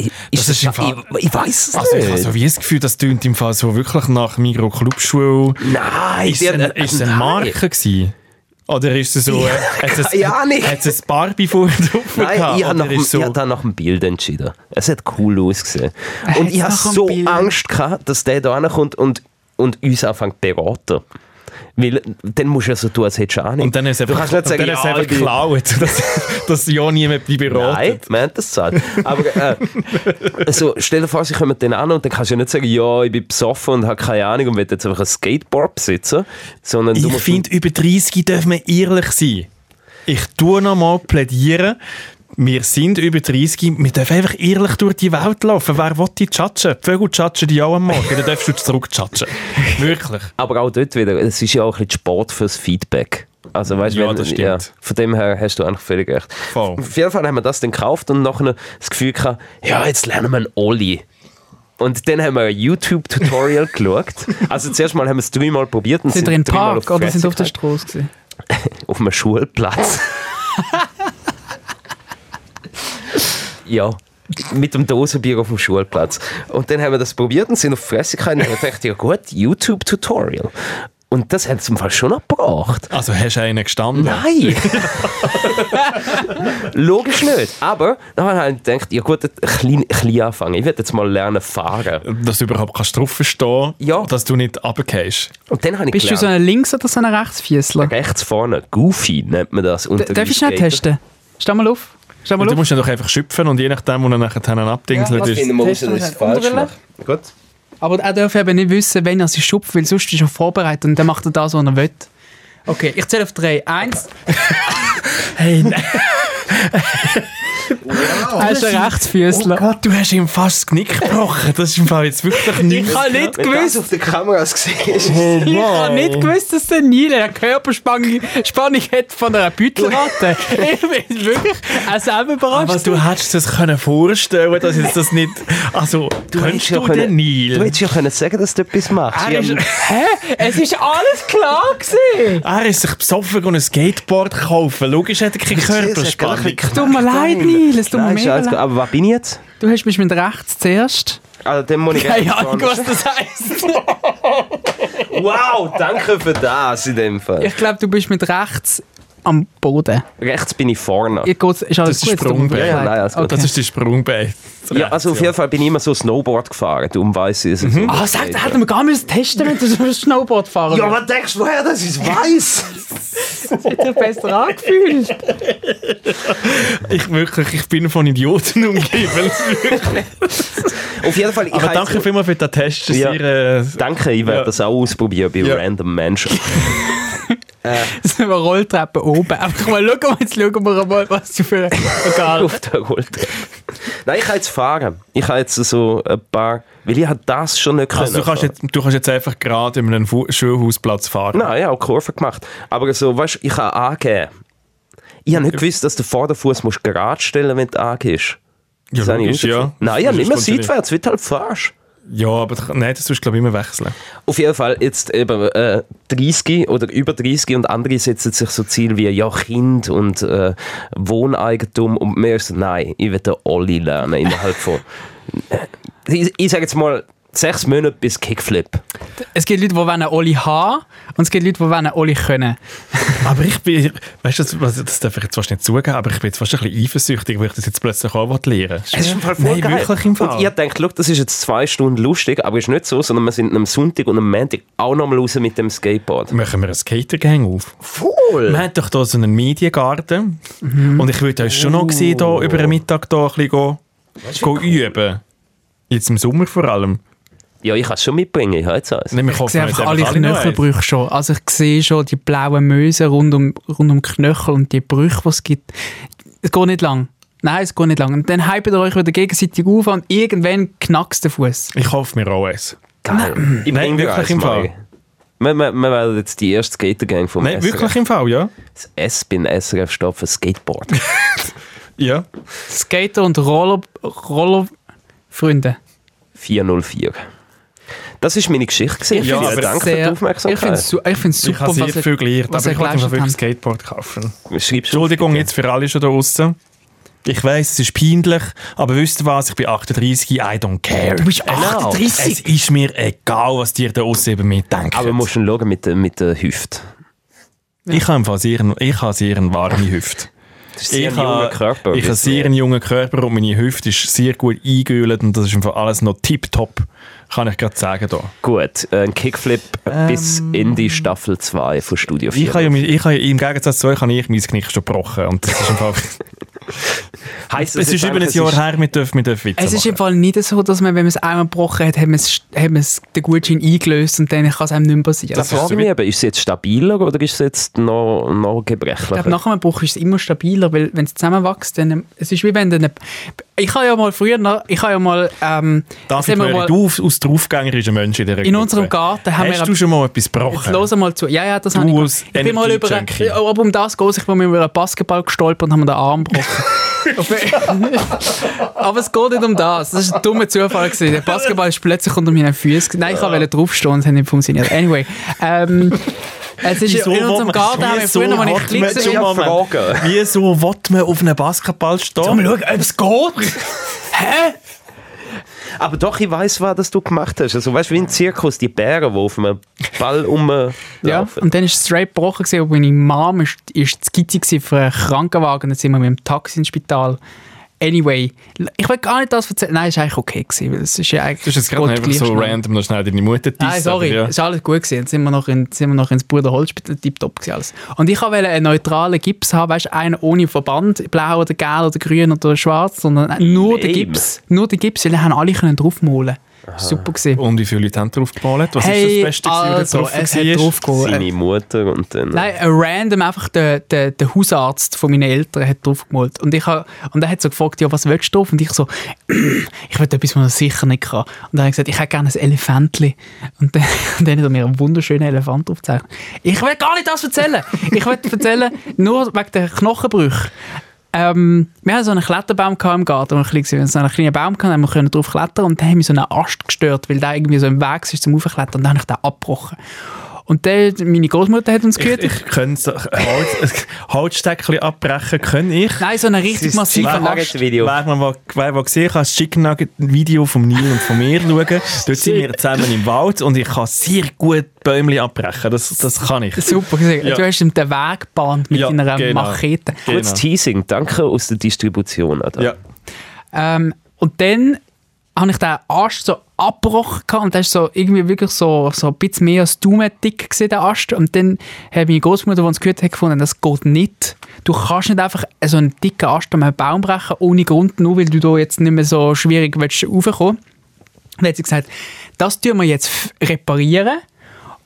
[SPEAKER 1] Das
[SPEAKER 3] Ist
[SPEAKER 1] ist im Fall-
[SPEAKER 3] ich, ich weiß es
[SPEAKER 1] Also ich
[SPEAKER 3] nicht.
[SPEAKER 1] habe so wie das Gefühl, das tönt im Fall so wirklich nach Mikro-Clubschuhe.
[SPEAKER 3] Nein,
[SPEAKER 1] Ist
[SPEAKER 3] die
[SPEAKER 1] es
[SPEAKER 3] hat-
[SPEAKER 1] ein, ist es ein
[SPEAKER 3] Nein.
[SPEAKER 1] Marke gewesen? Oder ist es so... Ja,
[SPEAKER 3] keine Ahnung.
[SPEAKER 1] Hat es ein Barbie vorne drauf
[SPEAKER 3] Nein,
[SPEAKER 1] gehabt?
[SPEAKER 3] ich habe
[SPEAKER 1] Oder
[SPEAKER 3] nach,
[SPEAKER 1] ist
[SPEAKER 3] dem-
[SPEAKER 1] so-
[SPEAKER 3] ich hab dann nach dem Bild entschieden. Es hat cool ausgesehen. Und
[SPEAKER 2] hat's
[SPEAKER 3] ich habe
[SPEAKER 2] nach dem
[SPEAKER 3] so
[SPEAKER 2] Bild?
[SPEAKER 3] Angst gehabt, dass der da ankommt und, und uns anfängt zu beraten. Weil dann musst du ja so tun, als hättest du Ahnung.
[SPEAKER 1] Und dann ist
[SPEAKER 3] du
[SPEAKER 1] einfach,
[SPEAKER 3] kannst nicht sagen,
[SPEAKER 1] und dann ist
[SPEAKER 3] ja,
[SPEAKER 1] einfach
[SPEAKER 3] ich bin-
[SPEAKER 1] geklaut, dass, dass ja niemand bleibt
[SPEAKER 3] Nein,
[SPEAKER 1] beraten.
[SPEAKER 3] wir haben das gesagt. Aber äh, also, stell dir vor, sie kommen dann an und dann kannst du ja nicht sagen, ja, ich bin besoffen und habe keine Ahnung und will jetzt einfach ein Skateboard besitzen. Sondern du
[SPEAKER 1] Ich
[SPEAKER 3] musst-
[SPEAKER 1] finde, über 30 dürfen wir ehrlich sein. Ich tue nochmal plädieren, wir sind über 30, wir dürfen einfach ehrlich durch die Welt laufen. Wer will die tschatschen? Die Vögel tschatschen die auch am Morgen, dann darfst du zurück tschatschen. Wirklich.
[SPEAKER 3] Aber auch dort wieder, es ist ja auch ein bisschen Sport fürs Feedback. Also, weißt,
[SPEAKER 1] Ja,
[SPEAKER 3] wenn,
[SPEAKER 1] das
[SPEAKER 3] Ja,
[SPEAKER 1] stimmt.
[SPEAKER 3] von dem her hast du eigentlich völlig recht.
[SPEAKER 1] Voll.
[SPEAKER 3] Auf jeden Fall haben wir das dann gekauft und nachher das Gefühl gehabt, ja, jetzt lernen wir einen Olli. Und dann haben wir ein YouTube-Tutorial geschaut. Also zuerst mal haben wir es dreimal probiert. Und
[SPEAKER 2] Sind wir im
[SPEAKER 3] dreimal
[SPEAKER 2] Park
[SPEAKER 3] die
[SPEAKER 2] oder sind
[SPEAKER 3] Fresse
[SPEAKER 2] wir auf der
[SPEAKER 3] gefallen.
[SPEAKER 2] Straße? gewesen?
[SPEAKER 3] auf einem Schulplatz. ja. Mit dem Dosenbier auf dem Schulplatz. Und dann haben wir das probiert und sind auf die Fresse gekommen und haben gedacht, ja gut, YouTube-Tutorial. Und das hat es im Fall schon abgebracht.
[SPEAKER 1] Also hast du einen gestanden?
[SPEAKER 3] Nein! Logisch nicht. Aber dann habe ich gedacht, ja gut, klein, klein anfangen. Ich werde jetzt mal lernen fahren.
[SPEAKER 1] Dass du überhaupt kannst drauf verstehen
[SPEAKER 3] Ja.
[SPEAKER 1] dass du nicht runtergehst.
[SPEAKER 3] Und dann habe ich
[SPEAKER 2] Bist du so
[SPEAKER 3] gelernt,
[SPEAKER 2] ein Links- oder so ein Rechtsfiesler?
[SPEAKER 3] rechts vorne, Goofy nennt man das. unter
[SPEAKER 2] D- Darf
[SPEAKER 3] den
[SPEAKER 2] ich schnell
[SPEAKER 3] Skatern.
[SPEAKER 2] testen? Steh mal auf. Schau mal
[SPEAKER 1] Und du
[SPEAKER 2] auf.
[SPEAKER 1] musst ihn doch einfach schöpfen und je nachdem, wo er nachher dann
[SPEAKER 2] Ja,
[SPEAKER 1] abdingselt
[SPEAKER 2] was
[SPEAKER 3] Ich
[SPEAKER 1] ist.
[SPEAKER 3] finde, man muss
[SPEAKER 2] Tesla
[SPEAKER 3] das
[SPEAKER 2] hat
[SPEAKER 3] falsch
[SPEAKER 2] Unterwelle.
[SPEAKER 3] machen. Gut.
[SPEAKER 2] Aber er darf eben nicht wissen, wenn er sie schupft, weil sonst ist er vorbereitet und dann macht er das, was er will. Okay, ich zähle auf drei. Eins.
[SPEAKER 1] Hey, nein.
[SPEAKER 2] Er ist ein Rechtsfüßler.
[SPEAKER 1] Oh Gott, du hast ihm fast das Knick gebrochen. Das ist im Fall jetzt wirklich
[SPEAKER 2] ich
[SPEAKER 1] nichts.
[SPEAKER 2] habe nicht
[SPEAKER 3] Wenn das
[SPEAKER 2] gewusst.
[SPEAKER 3] auf der Kamera siehst,
[SPEAKER 2] Ich
[SPEAKER 1] Oh
[SPEAKER 2] habe nicht gewusst, dass der Nil eine Körperspannung Spannung hat von einer Büttelratte. ich bin wirklich auch selber überrascht.
[SPEAKER 1] Aber Ah, du hättest es können vorstellen, dass jetzt das nicht. Also, du könntest du den
[SPEAKER 3] Du
[SPEAKER 1] Nil?
[SPEAKER 3] hättest ja können sagen, dass du etwas machst.
[SPEAKER 1] Er ist,
[SPEAKER 2] Es ist alles klar gewesen.
[SPEAKER 1] er ist sich besoffen und ein Skateboard kaufen. Logisch hat er keine Körperspannung.
[SPEAKER 2] Tut mir leid, Nil. Es tut mir
[SPEAKER 3] Nein, ist
[SPEAKER 2] mega
[SPEAKER 3] alles gut.
[SPEAKER 2] leid.
[SPEAKER 3] Aber was bin ich jetzt?
[SPEAKER 2] Du hast mich mit rechts zuerst.
[SPEAKER 3] Also, dann muss ich
[SPEAKER 2] Keine
[SPEAKER 3] echt
[SPEAKER 2] Ahnung,
[SPEAKER 3] fahren.
[SPEAKER 2] was das heisst.
[SPEAKER 3] Wow, danke für das in dem Fall.
[SPEAKER 2] Ich glaube, du bist mit rechts am Boden.
[SPEAKER 3] Rechts bin ich vorne.
[SPEAKER 2] Ihr geht's, ist alles
[SPEAKER 1] Das ist
[SPEAKER 2] gut, tut mir
[SPEAKER 1] Sprungbein.
[SPEAKER 2] leid.
[SPEAKER 3] Ja, ja, nein, alles gut.
[SPEAKER 1] Das ist die Sprungbein.
[SPEAKER 3] Ja, also auf jeden Fall bin ich immer so Snowboard gefahren. Darum weiss ich es. Mhm.
[SPEAKER 2] Ah, sag, da hätten wir gar nicht testen müssen, dass wir Snowboard fahren.
[SPEAKER 3] aber denkst du, woher das ist weiß?
[SPEAKER 2] das hat sich besser angefühlt.
[SPEAKER 1] Ich wirklich, ich bin von Idioten umgeben.
[SPEAKER 3] Auf jeden Fall, ich
[SPEAKER 1] Aber
[SPEAKER 3] heiz-
[SPEAKER 1] danke vielmals für den Test. Das ist
[SPEAKER 3] Ja.
[SPEAKER 1] sehr, äh,
[SPEAKER 3] Danke, ich werde
[SPEAKER 1] Ja.
[SPEAKER 3] das auch ausprobieren bei
[SPEAKER 1] Ja.
[SPEAKER 3] random Menschen. Äh,
[SPEAKER 2] Das sind wir Rolltreppen oben. Einfach mal schauen, wir- jetzt schauen wir mal, was du für. Egal.
[SPEAKER 3] auf der Ultra. Nein, ich kann jetzt fahren. Ich kann jetzt so ein paar... Weil ich hat das schon nicht
[SPEAKER 1] also, du,
[SPEAKER 3] können
[SPEAKER 1] kannst
[SPEAKER 3] fahren.
[SPEAKER 1] jetzt, du kannst jetzt einfach gerade in einem Fu- Schulhausplatz fahren.
[SPEAKER 3] Nein, ich habe auch Kurven gemacht. Aber so, weißt du, ich kann angeben. Ich habe nicht gewusst, dass der Vorderfuß musst du gerade stellen wenn du angehst.
[SPEAKER 1] ja,
[SPEAKER 3] Das habe ich
[SPEAKER 1] logisch, ja.
[SPEAKER 3] herausgefunden. Nein, ich
[SPEAKER 1] Das
[SPEAKER 3] habe nicht mehr
[SPEAKER 1] kommt ja nicht.
[SPEAKER 3] seitwärts, wie du halt fährst.
[SPEAKER 1] Ja, aber das- nein, das musst du, glaube ich, immer wechseln.
[SPEAKER 3] Auf jeden Fall jetzt eben äh, 30 oder über 30 und andere setzen sich so Ziele wie ja Kind und äh, Wohneigentum und mir ist so, nein, ich will den Olli lernen innerhalb von ich, ich sage jetzt mal sechs Monate bis Kickflip.
[SPEAKER 2] Es gibt Leute, die wollen Oli haben und es gibt Leute, die wollen Oli können.
[SPEAKER 1] Aber ich bin, weißt du, das, was- das darf ich jetzt fast nicht zugeben, aber ich bin jetzt fast ein bisschen eifersüchtig, weil ich das jetzt plötzlich auch lernen will.
[SPEAKER 3] ist im Fall
[SPEAKER 1] Nein, wirklich im Fall.
[SPEAKER 3] Und ich denkt, look, das ist jetzt zwei Stunden lustig, aber ist nicht so, sondern wir sind am Sonntag und am Montag auch nochmal raus mit dem Skateboard.
[SPEAKER 1] Machen wir einen Skatergang auf.
[SPEAKER 2] Äh.
[SPEAKER 3] Voll!
[SPEAKER 1] Wir haben doch hier so einen Mediengarten.
[SPEAKER 2] Mhm.
[SPEAKER 1] Und ich würde euch schon noch sehen,
[SPEAKER 2] Oh.
[SPEAKER 1] hier über den Mittag hier ein bisschen gehen, gehen üben. Jetzt im Sommer vor allem.
[SPEAKER 3] Ja, ich kann es schon mitbringen, ich habe jetzt eins.
[SPEAKER 1] Nein, wir
[SPEAKER 2] Ich
[SPEAKER 1] kaufen
[SPEAKER 2] sehe
[SPEAKER 1] jetzt
[SPEAKER 2] einfach alle
[SPEAKER 1] einfach alle noch eins.
[SPEAKER 2] Knöchelbrüche schon. Also ich sehe schon die blauen Mösen rund um, rund um die Knöchel und die Brüche, die es gibt. Es geht nicht lang. Nein, es geht nicht lang. Und dann hypet ihr euch wieder gegenseitig auf und irgendwann knackst der Fuß.
[SPEAKER 1] Ich kaufe mir auch eins.
[SPEAKER 3] Geil. Ich
[SPEAKER 1] Nein,
[SPEAKER 3] bring dir
[SPEAKER 1] wirklich
[SPEAKER 3] eins,
[SPEAKER 1] im Fall.
[SPEAKER 3] Mari. Wir, wir, wir werden jetzt die erste Skatergang vom
[SPEAKER 1] Nein,
[SPEAKER 3] SRF.
[SPEAKER 1] wirklich im Fall, ja?
[SPEAKER 3] Das S bei den SRF steht für Skateboard.
[SPEAKER 1] Ja.
[SPEAKER 2] Skater und Roller, Roller Freunde.
[SPEAKER 3] 404. Das war meine Geschichte. gewesen.
[SPEAKER 1] Ja,
[SPEAKER 3] Vielen
[SPEAKER 1] aber
[SPEAKER 3] Dank für die
[SPEAKER 2] Ich finde es
[SPEAKER 3] Aufmerksemdkeit.
[SPEAKER 1] ich
[SPEAKER 2] super,
[SPEAKER 1] habe sehr
[SPEAKER 2] was
[SPEAKER 1] viel
[SPEAKER 2] ihr,
[SPEAKER 1] gelernt,
[SPEAKER 2] was
[SPEAKER 1] aber ich
[SPEAKER 2] ihr
[SPEAKER 1] wollte einfach
[SPEAKER 2] geleistet
[SPEAKER 1] wirklich ein
[SPEAKER 2] habt.
[SPEAKER 1] Skateboard kaufen.
[SPEAKER 3] Schreibst du
[SPEAKER 1] Entschuldigung jetzt für alle schon da draußen. Ich weiß, es ist peinlich, aber wisst ihr was? Ich bin 38, I don't care.
[SPEAKER 2] Du bist
[SPEAKER 3] Genau.
[SPEAKER 2] 38!
[SPEAKER 1] Es ist mir egal, was dir da draußen über mich denkt.
[SPEAKER 3] Aber du musst schon schauen mit, der- mit der Hüfte.
[SPEAKER 1] ich habe im Fall sehr, ich habe sehr eine warme Hüfte.
[SPEAKER 3] Das ist sehr ein
[SPEAKER 1] habe-
[SPEAKER 3] junger Körper.
[SPEAKER 1] Ich habe sehr einen jungen Körper und meine Hüfte ist sehr gut eingeölt und das ist im Fall alles noch tipptopp. Kann ich gerade sagen da.
[SPEAKER 3] Gut, äh, ein Kickflip bis in die Staffel 2 von Studio 4.
[SPEAKER 1] Ähm, Ich habe, ja, mein- ich habe ja- im Gegensatz zu euch habe ich mein Knie schon gebrochen und das ist im Fall,
[SPEAKER 3] Heisst das
[SPEAKER 1] es ist
[SPEAKER 3] jetzt
[SPEAKER 1] über ein
[SPEAKER 3] eigentlich,
[SPEAKER 1] Jahr
[SPEAKER 3] es ist-
[SPEAKER 1] her, wir dürfen, wir dürfen Witze
[SPEAKER 2] Es ist
[SPEAKER 1] machen.
[SPEAKER 2] im Fall nicht so, dass man, wenn man es einmal gebrochen hat, hat man, es, hat man es, den Gutschein eingelöst und dann kann es einem nicht mehr passieren.
[SPEAKER 1] Das
[SPEAKER 2] Ich
[SPEAKER 1] ist
[SPEAKER 3] Frage
[SPEAKER 1] so
[SPEAKER 3] mich
[SPEAKER 1] wie-
[SPEAKER 3] eben, ist es jetzt stabiler oder ist es jetzt noch, noch gebrechlicher?
[SPEAKER 2] glaube, nach einem Bruch ist es immer stabiler, weil wenn es zusammenwächst, dann... ähm, Es ist wie wenn dann... Ich habe ja mal früher... noch- Ich habe ja mal... Ähm,
[SPEAKER 1] Darf ich
[SPEAKER 2] sagen wir
[SPEAKER 1] mal,
[SPEAKER 2] mal-
[SPEAKER 1] du aus- aus der aufgängerischen Mensch in der
[SPEAKER 2] In unserem Garten haben wir...
[SPEAKER 1] Hast du schon mal etwas gebrochen?
[SPEAKER 2] Jetzt hör mal zu. Ja, ja, das
[SPEAKER 1] Du
[SPEAKER 2] habe
[SPEAKER 1] als
[SPEAKER 2] ich. Ich bin mal über,
[SPEAKER 1] Energie-Junkie.
[SPEAKER 2] Ja, aber um das geht ich bin mal über einen Basketball gestolpert und habe mir den Arm gebrochen. Auf- aber es geht nicht um das. Das war ein dummer Zufall. Gewesen. Der Basketball ist plötzlich unter meinen Füßen. Nein, ich wollte draufstehen und es hat nicht funktioniert. Anyway. Ähm, es ist in unserem Garten, haben wir früher noch mal nicht
[SPEAKER 1] Wieso
[SPEAKER 2] gesehen.
[SPEAKER 1] will man-
[SPEAKER 3] Moment.
[SPEAKER 1] Fragen. Wieso will man auf einem Basketball stehen?
[SPEAKER 2] schauen, ob es geht.
[SPEAKER 3] Aber doch, ich weiß, was das du gemacht hast. Also, weißt du, wie im Zirkus, die Bären, die auf einem Ball rumlaufen.
[SPEAKER 2] Ja, und dann ist es straight gebrochen. gewesen, Und meine Mom war die Skizze gewesen für einen Krankenwagen. Dann sind wir mit dem Taxi ins Spital. Anyway, ich will gar nicht das erzählen. Nein, ist eigentlich okay gewesen, weil es ist ja eigentlich...
[SPEAKER 1] Das ist jetzt gerade
[SPEAKER 2] Gott
[SPEAKER 1] einfach so
[SPEAKER 2] gleich schnell.
[SPEAKER 1] random noch schnell deine Mutter dissen.
[SPEAKER 2] Nein, sorry,
[SPEAKER 1] aber
[SPEAKER 2] ist alles gut gewesen. Jetzt sind wir noch, in, sind wir noch ins Bruder Holzspital tiptop gewesen alles. Und ich wollte einen neutralen Gips haben, weißt du, einen ohne Verband, blau oder gelb oder grün oder schwarz, sondern nur den
[SPEAKER 3] Lame.
[SPEAKER 2] Gips. Nur den Gips, weil dann haben alle können draufmalen. Super
[SPEAKER 1] Ja.
[SPEAKER 2] gesehen.
[SPEAKER 1] Und wie viele Leute haben drauf gemalt? Was
[SPEAKER 2] Hey,
[SPEAKER 1] ist das Beste, gewesen, was
[SPEAKER 2] also,
[SPEAKER 1] drauf
[SPEAKER 2] es
[SPEAKER 1] war?
[SPEAKER 2] hat draufgeholt.
[SPEAKER 3] Seine Mutter und dann...
[SPEAKER 2] Nein, ein random einfach der, der, der Hausarzt von meinen Eltern hat draufgemalt. Und, ich hab, und er hat so gefragt, ja, was willst du drauf? Und ich so, ich will etwas, was ich sicher nicht kann. Und dann habe ich gesagt, ich hätte gerne ein Elefantli. Und dann, und dann hat er mir einen wunderschönen Elefant aufgezeichnet. Ich will gar nicht das erzählen. Ich will erzählen, nur wegen der Knochenbrüche. Ähm, wir hatten so einen Kletterbaum gehabt im Garten, wo wir klein waren. Wir hatten so einen kleinen Baum, gehabt, da haben wir können drauf klettern und dann haben wir so einen Ast gestört, weil der irgendwie so im Weg ist zum Aufklettern. Und dann habe ich den abgebrochen. Und dann, meine Großmutter hat uns
[SPEAKER 1] Ich,
[SPEAKER 2] gehört.
[SPEAKER 1] ich könnte es- Holz, Holzstäckchen abbrechen, kann ich.
[SPEAKER 2] Nein, so einen richtig massiven
[SPEAKER 3] Chicken
[SPEAKER 2] Ast.
[SPEAKER 3] Nugget Video.
[SPEAKER 1] Wer man mal, wer mal gesehen kann, das Chicken Nugget Video von Neil und von mir schauen. Dort sind wir zusammen im Wald und ich kann sehr gut Bäume abbrechen. Das, das kann ich.
[SPEAKER 2] Super gesehen.
[SPEAKER 1] Ja.
[SPEAKER 2] Du hast ihm den Weg gebahnt mit
[SPEAKER 1] Ja,
[SPEAKER 2] deiner
[SPEAKER 1] genau.
[SPEAKER 2] Machete.
[SPEAKER 3] Kurz Teasing, danke aus der Distribution. Adam.
[SPEAKER 1] Ja.
[SPEAKER 2] Ähm, und dann habe ich den Ast so abgebrochen gehabt und der ist so irgendwie wirklich so, so ein bisschen mehr als Daumen dick gewesen, der Ast. Und dann hat meine Großmutter, die uns gehört hat, gefunden, das geht nicht. Du kannst nicht einfach so einen dicken Ast an einem Baum brechen, ohne Grund, nur weil du da jetzt nicht mehr so schwierig willst, raufkommen willst. Dann hat sie gesagt, das tun wir jetzt f- reparieren.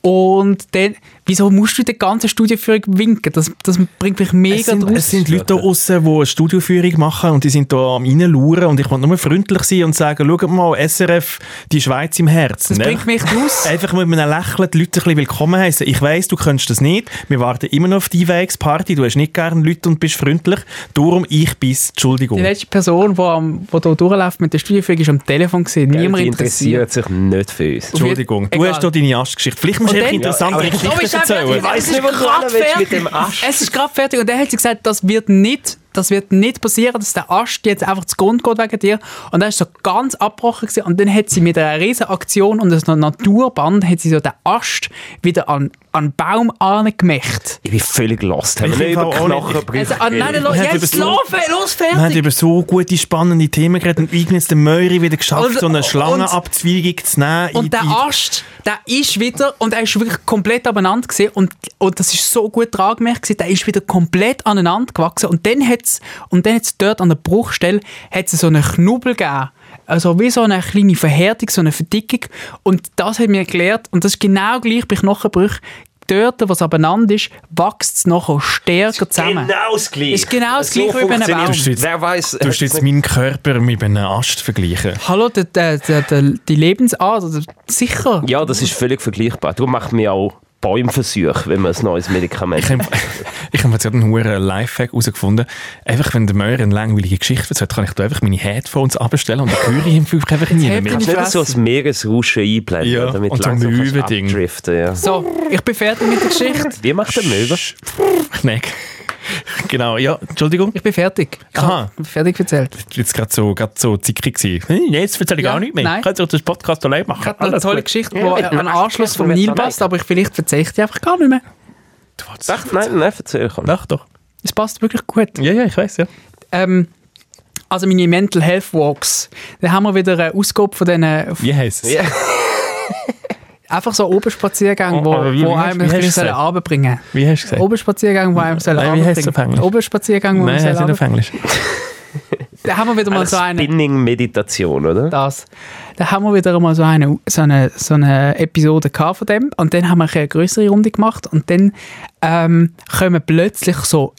[SPEAKER 2] Und dann, wieso musst du der ganzen Studienführung winken? Das, das bringt mich
[SPEAKER 1] Es
[SPEAKER 2] mega
[SPEAKER 1] sind,
[SPEAKER 2] draus.
[SPEAKER 1] es sind Leute da draussen, die eine Studioführung machen und die sind da am reinlauern und ich wollte nur freundlich sein und sagen, schaut mal, SRF, die Schweiz im Herzen.
[SPEAKER 2] Das
[SPEAKER 3] Ne?
[SPEAKER 2] bringt mich raus.
[SPEAKER 1] Einfach mit einem Lächeln die Leute ein bisschen willkommen heißen. Ich weiss, du kannst das nicht. Wir warten immer noch auf die Einwegsparty. Du hast nicht gerne Leute und bist freundlich. Darum, ich bin's.
[SPEAKER 2] Die
[SPEAKER 1] Entschuldigung.
[SPEAKER 2] letzte Person, die am- die hier durchläuft mit der Studienführung, ist am Telefon. Gewesen.
[SPEAKER 3] Gell,
[SPEAKER 2] Niemand
[SPEAKER 3] die
[SPEAKER 2] interessiert.
[SPEAKER 3] interessieren sich nicht für uns.
[SPEAKER 1] Entschuldigung. Du
[SPEAKER 2] Egal.
[SPEAKER 1] hast hier deine Astgeschichte. Vielleicht musst du
[SPEAKER 2] Und
[SPEAKER 1] einfach
[SPEAKER 2] dann-
[SPEAKER 1] interessantere
[SPEAKER 3] Ja, aber-
[SPEAKER 1] Geschichten
[SPEAKER 2] ist
[SPEAKER 1] erzählen.
[SPEAKER 2] einfach-
[SPEAKER 3] weiss
[SPEAKER 2] es ist
[SPEAKER 3] nicht, was du
[SPEAKER 2] gerade
[SPEAKER 3] hin willst
[SPEAKER 2] fertig.
[SPEAKER 3] mit dem Ast.
[SPEAKER 2] Es ist gerade fertig. Und dann hat sie gesagt, das wird nicht, das wird nicht passieren, dass der Ast jetzt einfach zugrunde geht wegen dir. Und dann ist so ganz abgebrochen gewesen. Und dann hat sie mit einer riesen Aktion und einem Naturband hat sie so den Ast wieder an, an den Baum angemacht.
[SPEAKER 3] Ich bin völlig lost. Haben
[SPEAKER 1] Ich
[SPEAKER 3] wir nicht
[SPEAKER 1] im Fall
[SPEAKER 3] über
[SPEAKER 1] auch nicht.
[SPEAKER 2] Also,
[SPEAKER 3] Knochenbrüche
[SPEAKER 2] ah, nein,
[SPEAKER 3] geredet?
[SPEAKER 2] nein,
[SPEAKER 1] Wir haben
[SPEAKER 2] jetzt
[SPEAKER 1] über
[SPEAKER 2] los, los,
[SPEAKER 1] Wir haben
[SPEAKER 2] fertig.
[SPEAKER 1] über so gute, spannende Themen geredet und irgendwie jetzt den Möri wieder geschafft,
[SPEAKER 2] Also, Und-
[SPEAKER 1] so eine
[SPEAKER 2] und-
[SPEAKER 1] Schlangenabzweigung zu nehmen. in-
[SPEAKER 2] Und der
[SPEAKER 1] in-
[SPEAKER 2] Ast, der ist wieder, und er ist wirklich komplett aneinander gewesen, und, und das ist so gut dran gemerkt gewesen, der ist wieder komplett aneinander gewachsen und dann hat's, und dann hat's dort an der Bruchstelle, hat's so einen Knubbel gegeben. Also wie so eine kleine Verhärtung, so eine Verdickung und das hat mir erklärt, und das ist genau gleich bei Knochenbrüchen, dort, wo es aneinander ist, wächst es nachher stärker zusammen.
[SPEAKER 3] Genau das Gleiche.
[SPEAKER 2] Ist genau das Gleiche wie bei einem
[SPEAKER 3] funktioniert-
[SPEAKER 2] Baum.
[SPEAKER 1] Du hast jetzt-
[SPEAKER 3] Wer weiß. äh,
[SPEAKER 1] Du hast jetzt meinen Körper mit einem Ast vergleichen.
[SPEAKER 2] Hallo, der, der, der, der, die Lebensart, oder- sicher.
[SPEAKER 3] Ja, das ist völlig vergleichbar. Darum macht man ja auch Bäumversuche, wenn man ein neues Medikament
[SPEAKER 1] Ich habe ich hab jetzt gerade einen hohen Lifehack herausgefunden. Einfach, wenn der Möhrer eine langweilige Geschichte erzählt, kann ich da einfach meine Headphones abstellen und dann höre ich ihn vielleicht einfach nie mehr.
[SPEAKER 2] Headphones-
[SPEAKER 3] Kannst nicht so ein Meeresrauschen einblenden,
[SPEAKER 1] Ja,
[SPEAKER 3] damit
[SPEAKER 1] und so
[SPEAKER 3] langsam kannst du
[SPEAKER 1] Möwe-Ding.
[SPEAKER 3] abdriften. Ja.
[SPEAKER 2] So, ich bin fertig mit der Geschichte.
[SPEAKER 3] Wie macht der Möwe?
[SPEAKER 1] Nein. Genau, ja, Entschuldigung.
[SPEAKER 2] Ich bin fertig. Ich
[SPEAKER 1] Aha.
[SPEAKER 2] hab Fertig erzählt.
[SPEAKER 1] Jetzt gerade so, grad so zickig gewesen. Hm, jetzt erzähle ich
[SPEAKER 2] Ja,
[SPEAKER 1] gar nichts mehr.
[SPEAKER 2] nein.
[SPEAKER 1] Ich kann doch das Podcast allein machen.
[SPEAKER 2] Ich hatte noch eine
[SPEAKER 1] Alles
[SPEAKER 2] tolle
[SPEAKER 1] gut.
[SPEAKER 2] Geschichte, die
[SPEAKER 3] Ja,
[SPEAKER 2] an den Anschluss vom
[SPEAKER 3] mit-
[SPEAKER 2] Nil passt, aber ich vielleicht verzichte ich einfach gar nicht mehr.
[SPEAKER 1] Du wolltest-
[SPEAKER 3] Sag, nein, nein, erzähl ich
[SPEAKER 1] Doch, doch.
[SPEAKER 2] Es passt wirklich gut.
[SPEAKER 1] Ja, ja, ich weiß ja.
[SPEAKER 2] Ähm, also meine Mental Health Walks. Da haben wir wieder eine Ausgabe von diesen
[SPEAKER 1] Wie heisst es?
[SPEAKER 3] Ja.
[SPEAKER 2] einfach so Oberspaziergängen,
[SPEAKER 1] Oh,
[SPEAKER 2] wo,
[SPEAKER 1] aber wie-
[SPEAKER 2] wo
[SPEAKER 1] wie hast-
[SPEAKER 2] einem
[SPEAKER 1] wie
[SPEAKER 2] ein
[SPEAKER 1] hast du
[SPEAKER 2] bisschen
[SPEAKER 1] gesagt?
[SPEAKER 2] runterbringen sollen.
[SPEAKER 1] Wie hast du gesagt?
[SPEAKER 2] Oberspaziergang, wo einem sollen
[SPEAKER 1] Nein, wie heisst es auf
[SPEAKER 2] runterbringen.
[SPEAKER 1] Englisch?
[SPEAKER 2] Oberspaziergang, wo einem
[SPEAKER 1] Nein, heisst
[SPEAKER 2] sollen
[SPEAKER 1] nicht auf
[SPEAKER 2] runterbringen.
[SPEAKER 1] Englisch.
[SPEAKER 2] Da haben wir wieder mal
[SPEAKER 3] Eine
[SPEAKER 2] so einen.
[SPEAKER 3] Spinning-Meditation, oder?
[SPEAKER 2] das. Da haben wir wieder mal so eine, so eine, so eine Episode gehabt von dem und dann haben wir eine größere Runde gemacht und dann ähm, kommen plötzlich so,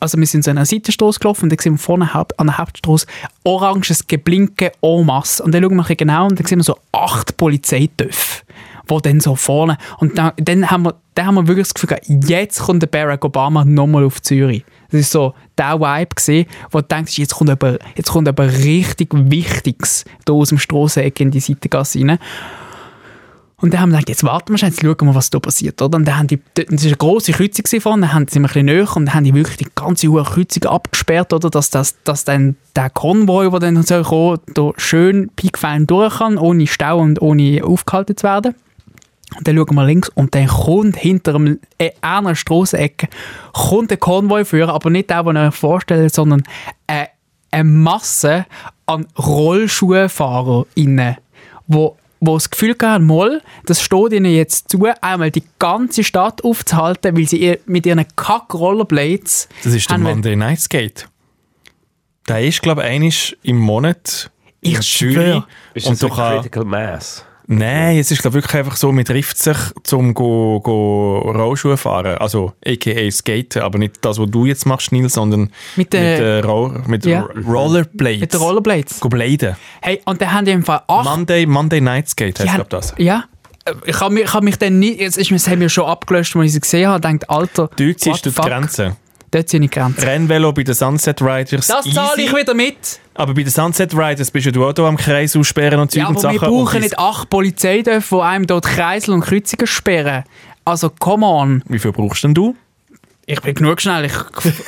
[SPEAKER 2] also wir sind so an einer Seitenstrasse gelaufen und dann sehen wir vorne Haupt, an der Hauptstrasse oranges Geblinke en masse und dann schauen wir ein bisschen genau und dann sehen wir so acht Polizeitöpfe wo dann so vorne und dann, dann, haben wir, dann haben wir wirklich das Gefühl gehabt, jetzt kommt der Barack Obama nochmal auf Zürich. Das ist so der Vibe gewesen, wo du denkst, jetzt kommt aber jetzt kommt aber richtig Wichtiges da aus dem Strasseneck in die Seitengasse rein. Und dann haben wir gedacht, jetzt warten wir schon, jetzt schauen wir, was da passiert. Oder? Und dann haben die, dort- das war eine grosse Kreuzung gewesen vorne, dann haben- sind wir ein bisschen näher und dann haben die wirklich die ganze hohe Kreuzung abgesperrt, oder? Dass, dass, dass dann der Konvoi, der dann soll kommen, da schön piekfein durch kann, ohne Stau und ohne aufgehalten zu werden. Und dann schauen wir links und dann kommt hinter einem, äh, einer Strassenecke kommt der Konvoi führen, aber nicht der, den ihr euch vorstellt, sondern äh, eine Masse an RollschuhfahrerInnen, wo wo das Gefühl haben, mal, das steht ihnen jetzt zu, einmal die ganze Stadt aufzuhalten, weil sie ihr, mit ihren Kack-Rollerblades...
[SPEAKER 1] Das ist der
[SPEAKER 2] haben wir-
[SPEAKER 1] Monday Night Skate. Der ist, glaube ich, einmal im Monat in
[SPEAKER 2] Ich
[SPEAKER 1] Zürich.
[SPEAKER 2] schwöre.
[SPEAKER 3] Ist
[SPEAKER 1] Und
[SPEAKER 3] das
[SPEAKER 1] du
[SPEAKER 3] ein
[SPEAKER 1] kannst...
[SPEAKER 3] Critical Mass?
[SPEAKER 1] Nein, es ist glaub, wirklich einfach so, man trifft sich, um go, go Rollschuhe fahren. Also a.k.a. Skaten, aber nicht das, was du jetzt machst, Nils, sondern
[SPEAKER 2] Mit der-
[SPEAKER 1] mit, äh, Roll- mit
[SPEAKER 2] Ja.
[SPEAKER 1] R- Rollerblades.
[SPEAKER 2] Mit den Rollerblades.
[SPEAKER 1] Go bladen.
[SPEAKER 2] Hey, und dann haben die im Fall acht
[SPEAKER 1] Monday, Monday Night Skate heißt,
[SPEAKER 2] Ja,
[SPEAKER 1] glaube das.
[SPEAKER 2] Ja. Äh, Ich habe mich, ich hab mich dann nicht, jetzt ist, das haben wir schon abgelöscht, als ich sie gesehen habe, denkt Alter,
[SPEAKER 1] Dort
[SPEAKER 2] what
[SPEAKER 1] ziehst du die
[SPEAKER 2] the fuck?
[SPEAKER 1] Grenze.
[SPEAKER 2] Dort sind die Grenzen.
[SPEAKER 1] Rennvelo bei den Sunset Riders.
[SPEAKER 2] Das zahle ich wieder mit.
[SPEAKER 1] Aber bei den Sunset Riders bist ja du auch da am Kreis aussperren und Zeug
[SPEAKER 2] Ja,
[SPEAKER 1] und
[SPEAKER 2] aber
[SPEAKER 1] Sachen.
[SPEAKER 2] wir brauchen
[SPEAKER 1] und
[SPEAKER 2] nicht acht Polizeidörfer, die einem dort Kreisel und Kreuzungen sperren. Also, come on.
[SPEAKER 1] Wie viel brauchst denn du?
[SPEAKER 2] Ich bin genug schnell. Ich,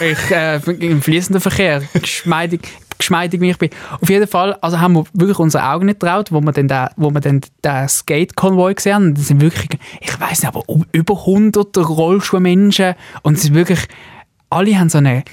[SPEAKER 2] ich äh, im fließenden Verkehr. Geschmeidig, geschmeidig wie ich bin. Auf jeden Fall, also haben wir wirklich unsere Augen nicht traut, wo wir dann den, wo wir dann den Skate-Konvoi gesehen haben. Das sind wirklich, ich weiß nicht, aber um- über 100 Rollschuhmenschen. Und es ist wirklich, alle haben so eine,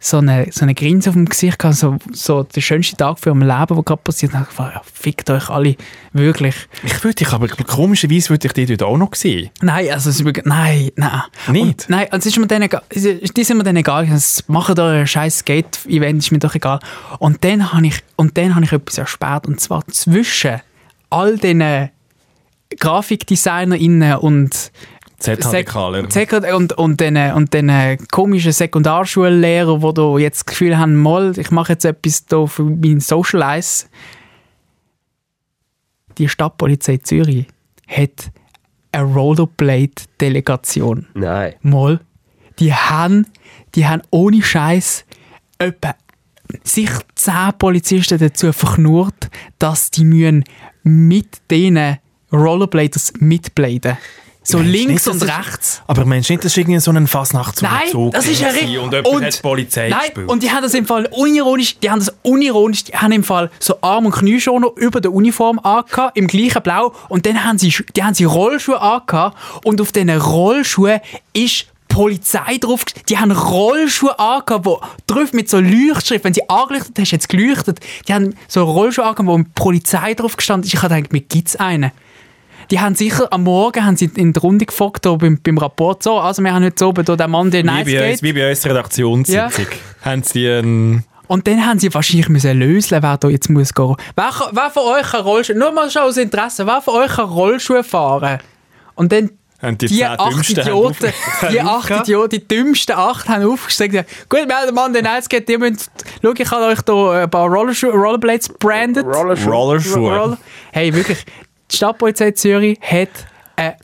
[SPEAKER 2] so eine, so eine Grinse auf dem Gesicht gehabt, so, so der schönste Tag für mein Leben, der gerade passiert. Und ich dachte, ja, fickt euch alle, wirklich.
[SPEAKER 1] Ich würde dich, aber komischerweise würde ich dich dort auch noch sehen.
[SPEAKER 2] Nein, also es ist wirklich, nein, nein.
[SPEAKER 1] Nicht?
[SPEAKER 2] Und, nein, also es ist mir dann egal, es ist- die sind mir dann egal, es machen da ein scheiß Skate-Event, ist mir doch egal. Und dann habe ich, und dann habe ich etwas erspart, und zwar zwischen all diesen GrafikdesignerInnen und
[SPEAKER 1] Z-Radikaler.
[SPEAKER 2] Sek und, und den, und den äh, komischen Sekundarschullehrer, wo du jetzt das Gefühl haben, mal, ich mache jetzt etwas da für meinen Socialize. Die Stadtpolizei Zürich hat eine Rollerblade-Delegation.
[SPEAKER 3] Nein.
[SPEAKER 2] Mal, die haben, die haben ohne Scheiß etwa sich zehn Polizisten dazu verknurrt, dass die müssen mit denen Rollerbladers mitbladen. So
[SPEAKER 1] Meinst du
[SPEAKER 2] links
[SPEAKER 1] nicht,
[SPEAKER 2] und
[SPEAKER 1] dass das-
[SPEAKER 2] rechts.
[SPEAKER 1] Aber meinst du nicht, das ist irgendwie so ein Fasnacht zum
[SPEAKER 2] Nein,
[SPEAKER 1] Zug
[SPEAKER 2] das ist ja
[SPEAKER 1] gewesen
[SPEAKER 2] richtig.
[SPEAKER 1] Und jemand hat die Polizei
[SPEAKER 2] nein,
[SPEAKER 1] gespielt.
[SPEAKER 2] Und die haben das im Fall unironisch, die haben das unironisch, die haben im Fall so Arm- und Knieschoner über der Uniform angehabt, im gleichen Blau. Und dann haben sie, Sch- die haben sie Rollschuhe angehabt. Und auf diesen Rollschuhen ist Polizei drauf. gest- Die haben Rollschuhe angehabt, wo drauf mit so Leuchtschrift, wenn sie angeleuchtet hast, jetzt geleuchtet. Die haben so Rollschuhe angehabt, wo mit Polizei drauf gestanden ist. Ich habe gedacht, mir gibt's einen. Die haben sicher am Morgen haben sie in die Runde gefragt, da beim, beim Rapport. So, also wir haben heute oben hier den Mann, der nice
[SPEAKER 1] wie, bei uns,
[SPEAKER 2] geht.
[SPEAKER 1] wie bei uns Redaktionssitzung. Haben sie ähm, einen...
[SPEAKER 2] Und dann haben sie wahrscheinlich müssen lösen, wer da jetzt muss gehen. Wer, kann- wer von euch kann Rollschuhe, nur mal schon aus Interesse, wer von euch kann Rollschuhe fahren? Und dann
[SPEAKER 1] Haben die
[SPEAKER 2] die,
[SPEAKER 1] zehn
[SPEAKER 2] acht
[SPEAKER 1] Dümmsten haben
[SPEAKER 2] Idioten,
[SPEAKER 1] auf-
[SPEAKER 2] die
[SPEAKER 1] haben
[SPEAKER 2] acht
[SPEAKER 1] aufgehauen.
[SPEAKER 2] Idioten, die dümmsten acht haben aufgesteckt. und gesagt, Gut, wir haben Mann, den Eis geht, ihr müsst, schau, ich habe euch hier ein paar Rollerschuhe, Rollerblades branded.
[SPEAKER 1] Rollerschuhe.
[SPEAKER 2] Roll- Hey, wirklich, die Stadtpolizei Zürich hat eine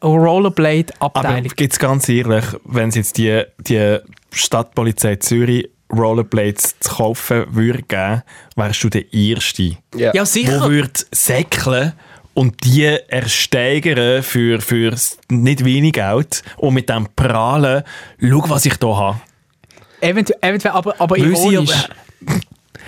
[SPEAKER 1] Aber
[SPEAKER 2] Rollerblade-Abteilung.
[SPEAKER 1] jetzt ganz ehrlich, wenn es jetzt die, die Stadtpolizei Zürich Rollerblades zu kaufen würde geben, wärst du der Erste,
[SPEAKER 2] Ja,
[SPEAKER 1] der
[SPEAKER 2] sicher.
[SPEAKER 1] würde säckeln und die ersteigern für, für s- nicht wenig Geld und mit dem prahlen, schau, was ich hier habe.
[SPEAKER 2] Eventuell, eventuell, aber, aber
[SPEAKER 1] Weil sie
[SPEAKER 2] ironisch.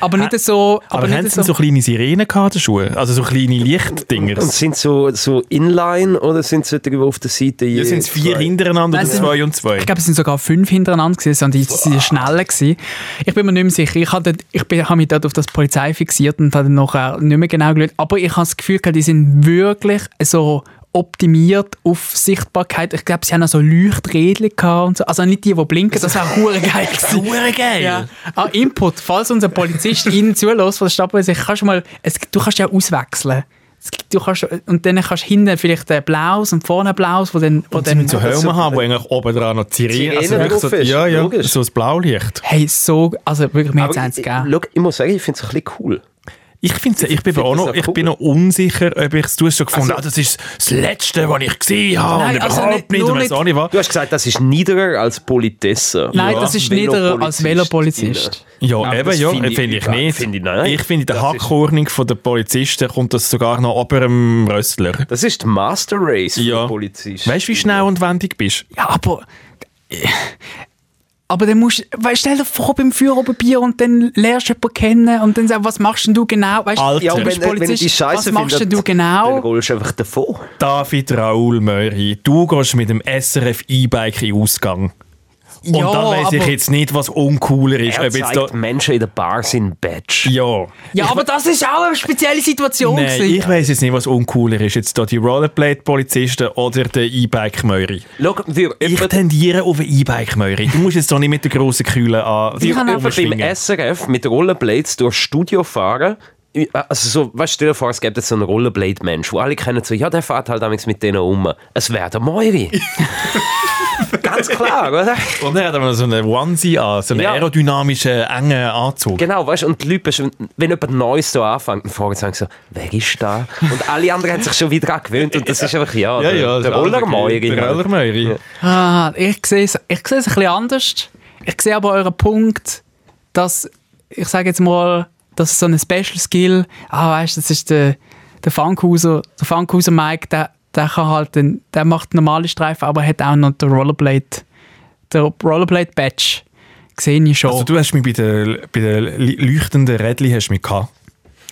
[SPEAKER 2] Aber nicht so...
[SPEAKER 1] Aber, haben
[SPEAKER 2] nicht
[SPEAKER 1] sie so kleine Sirenen gehabt, an den Schuhen? Also so kleine Lichtdinger?
[SPEAKER 3] Und sind so, so inline oder sind solche, die auf der Seite
[SPEAKER 1] Ja,
[SPEAKER 3] je-
[SPEAKER 1] sind es vier
[SPEAKER 3] zwei-
[SPEAKER 1] hintereinander
[SPEAKER 2] Nein,
[SPEAKER 1] oder
[SPEAKER 2] es sind-
[SPEAKER 1] zwei und zwei?
[SPEAKER 2] Ich glaube, es sind sogar fünf hintereinander gewesen, und die waren schneller. Gewesen. Ich bin mir nicht mehr sicher. Ich habe ich bin- habe mich dort auf das Polizei fixiert und habe dann nachher nicht mehr genau geschaut. Aber ich habe das Gefühl, gehabt, die sind wirklich so optimiert auf Sichtbarkeit. Ich glaube, sie haben auch so Leuchträdchen gehabt und so. Also nicht die, die blinken, das wäre hure geil gewesen.
[SPEAKER 1] Hure geil!
[SPEAKER 2] Ja. Ah, Input. Falls unser Polizist Ihnen zulässt von der Stadtpolizei, kannst du mal, es, du kannst ja auswechseln. Es gibt- Du kannst, und dann kannst du hinten vielleicht ein blaues und vorne ein blaues, wo dann, wo
[SPEAKER 1] Und sie
[SPEAKER 2] dann
[SPEAKER 1] müssen so Helme haben, wo eigentlich oben dran noch die Sirene,
[SPEAKER 3] Sirene
[SPEAKER 1] also wirklich so,
[SPEAKER 3] drauf ist,
[SPEAKER 1] ja, ja,
[SPEAKER 3] logisch.
[SPEAKER 1] so das Blaulicht.
[SPEAKER 2] Hey, so, also wirklich, mir hat
[SPEAKER 3] Aber
[SPEAKER 2] es eins
[SPEAKER 3] ich,
[SPEAKER 2] gegeben.
[SPEAKER 3] schau, ich muss sagen, ich finde es ein bisschen cool.
[SPEAKER 1] Ich finde, ich bin
[SPEAKER 3] find
[SPEAKER 1] auch
[SPEAKER 3] das
[SPEAKER 1] noch,
[SPEAKER 3] auch
[SPEAKER 1] ich
[SPEAKER 3] cool.
[SPEAKER 1] bin noch unsicher, ob ich es du hast schon gefunden.
[SPEAKER 3] Also-
[SPEAKER 1] ah, das ist das Letzte, was ich gesehen habe
[SPEAKER 2] Nein,
[SPEAKER 1] und
[SPEAKER 2] also
[SPEAKER 1] überhaupt
[SPEAKER 2] nicht-
[SPEAKER 1] nicht,
[SPEAKER 2] nur
[SPEAKER 1] und weiss
[SPEAKER 2] nicht-
[SPEAKER 1] auch nicht was.
[SPEAKER 3] Du hast gesagt, das ist niederer als Politesse.
[SPEAKER 2] Nein,
[SPEAKER 1] Ja,
[SPEAKER 2] das ist nicht als Velopolizist.
[SPEAKER 1] Ja,
[SPEAKER 3] Aber
[SPEAKER 1] eben,
[SPEAKER 3] das
[SPEAKER 1] ja,
[SPEAKER 3] finde
[SPEAKER 1] finde
[SPEAKER 3] ich-
[SPEAKER 1] ich,
[SPEAKER 3] ja,
[SPEAKER 1] nicht.
[SPEAKER 3] finde ich nein.
[SPEAKER 1] ich finde, in der
[SPEAKER 3] Das ist-
[SPEAKER 1] Hackordnung von der Polizisten kommt das sogar noch über dem Röstler.
[SPEAKER 3] Das ist die Master Race
[SPEAKER 1] Ja.
[SPEAKER 3] für Polizisten.
[SPEAKER 1] Weißt du, wie schnell und wendig bist?
[SPEAKER 2] Ja, aber. Aber dann musst du. Stell dir vor, beim Führer oben Bier und dann lernst du jemanden kennen und dann sagst was machst denn du genau? Weißt,
[SPEAKER 1] Alter.
[SPEAKER 3] Ja,
[SPEAKER 1] Du
[SPEAKER 3] und
[SPEAKER 1] bist
[SPEAKER 3] wenn, wenn, wenn ich die
[SPEAKER 2] Polizist,
[SPEAKER 3] Scheiße
[SPEAKER 2] was machst denn du genau?
[SPEAKER 3] Dann rollst du einfach davon.
[SPEAKER 1] David Raoul Möri, du gehst mit dem SRF E-Bike in den Ausgang. Und
[SPEAKER 2] Ja,
[SPEAKER 1] dann weiss ich
[SPEAKER 2] aber-
[SPEAKER 1] jetzt nicht, was uncooler ist.
[SPEAKER 3] Er
[SPEAKER 1] Ob jetzt da,
[SPEAKER 3] zeigt Menschen in der Bar sein Badge.
[SPEAKER 1] ja.
[SPEAKER 2] Ja, aber das ist auch eine spezielle Situation.
[SPEAKER 1] Nein,
[SPEAKER 2] gewesen.
[SPEAKER 1] ich weiss jetzt nicht, was uncooler ist. Jetzt da die Rollerblade-Polizisten oder der E-Bike-Möri.
[SPEAKER 3] Schau, wir
[SPEAKER 1] Ich tendiere auf einen E-Bike-Möri. Du musst jetzt doch nicht mit der grossen Kühle an.
[SPEAKER 3] Wir
[SPEAKER 2] kann einfach
[SPEAKER 3] beim SRF mit Rollerblades durchs Studio fahren. Also so, weißt du, stell dir vor, es gäbe jetzt so einen Rollerblade-Mensch, wo alle kennen so, ja, der fährt halt damals mit denen um. Es wäre der Moiri. Ganz klar, oder?
[SPEAKER 1] Und er hat aber so einen Onesie an, so einen
[SPEAKER 3] Ja.
[SPEAKER 1] aerodynamischen, engen Anzug.
[SPEAKER 3] Genau, weißt du, und die Leute, besch- wenn jemand Neues da anfängt, dann fragen sie sagen so, wer ist da? Und alle anderen haben sich schon wieder daran gewöhnt und das ist einfach, ja, der, der Rollermoiri.
[SPEAKER 1] also Der
[SPEAKER 3] halt.
[SPEAKER 1] Rollermöri.
[SPEAKER 2] Ah, ich sehe es ich sehe es ein bisschen anders. Ich sehe aber euren Punkt, dass, ich sage jetzt mal, dass so ein Special Skill, ah, weißt du, das ist der, der Funkhauser, der Funkhauser Mike, der, der kann halt, den, der macht normale Streifen, aber hat auch noch den Rollerblade, der Rollerblade Badge. Sehe ich schon.
[SPEAKER 1] Also du hast mich bei den, bei den li- leuchtenden Rädchen hast mich gehabt.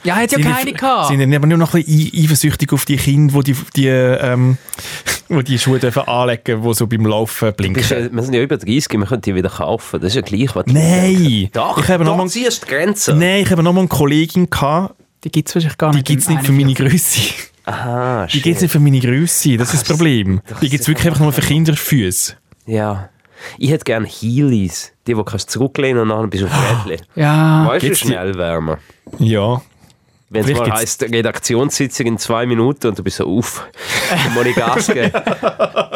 [SPEAKER 2] ja, hat ja
[SPEAKER 1] Seine-
[SPEAKER 2] keine gehabt.
[SPEAKER 1] Sind dann aber nur noch ein bisschen ei- eifersüchtig auf die Kinder, wo die die, ähm, wo die Schuhe dürfen anlegen, die so beim Laufen
[SPEAKER 3] Das ist
[SPEAKER 1] blinken.
[SPEAKER 3] ja- Wir sind ja über 30, wir können die wieder kaufen. Das ist ja gleich, was die-
[SPEAKER 1] Nein!
[SPEAKER 3] Doch,
[SPEAKER 1] ich habe
[SPEAKER 3] doch,
[SPEAKER 1] noch mal,
[SPEAKER 3] ziehst die Grenze.
[SPEAKER 1] Nein, ich habe noch mal eine Kollegin gehabt,
[SPEAKER 2] die gibt es wahrscheinlich gar
[SPEAKER 1] die
[SPEAKER 2] nicht.
[SPEAKER 1] gibt es nicht für meine Größe.
[SPEAKER 3] Aha,
[SPEAKER 1] Die gibt es nicht für meine Größe, das ist das Problem. Die gibt es wirklich einfach nur für Kinderfüße.
[SPEAKER 3] Ja. Ich hätte gerne Heelys. Die, die kannst du zurücklehnen und nachher bist du auf Rädchen.
[SPEAKER 2] Ja,
[SPEAKER 3] Weißt du,
[SPEAKER 1] Ah, Gibt's die?
[SPEAKER 3] schnell wärmer.
[SPEAKER 1] Ja.
[SPEAKER 3] Wenn es
[SPEAKER 1] Vielleicht
[SPEAKER 3] mal
[SPEAKER 1] gibt's-
[SPEAKER 3] heisst, Redaktionssitzung in zwei Minuten und du bist so auf, dann muss ich Gas geben.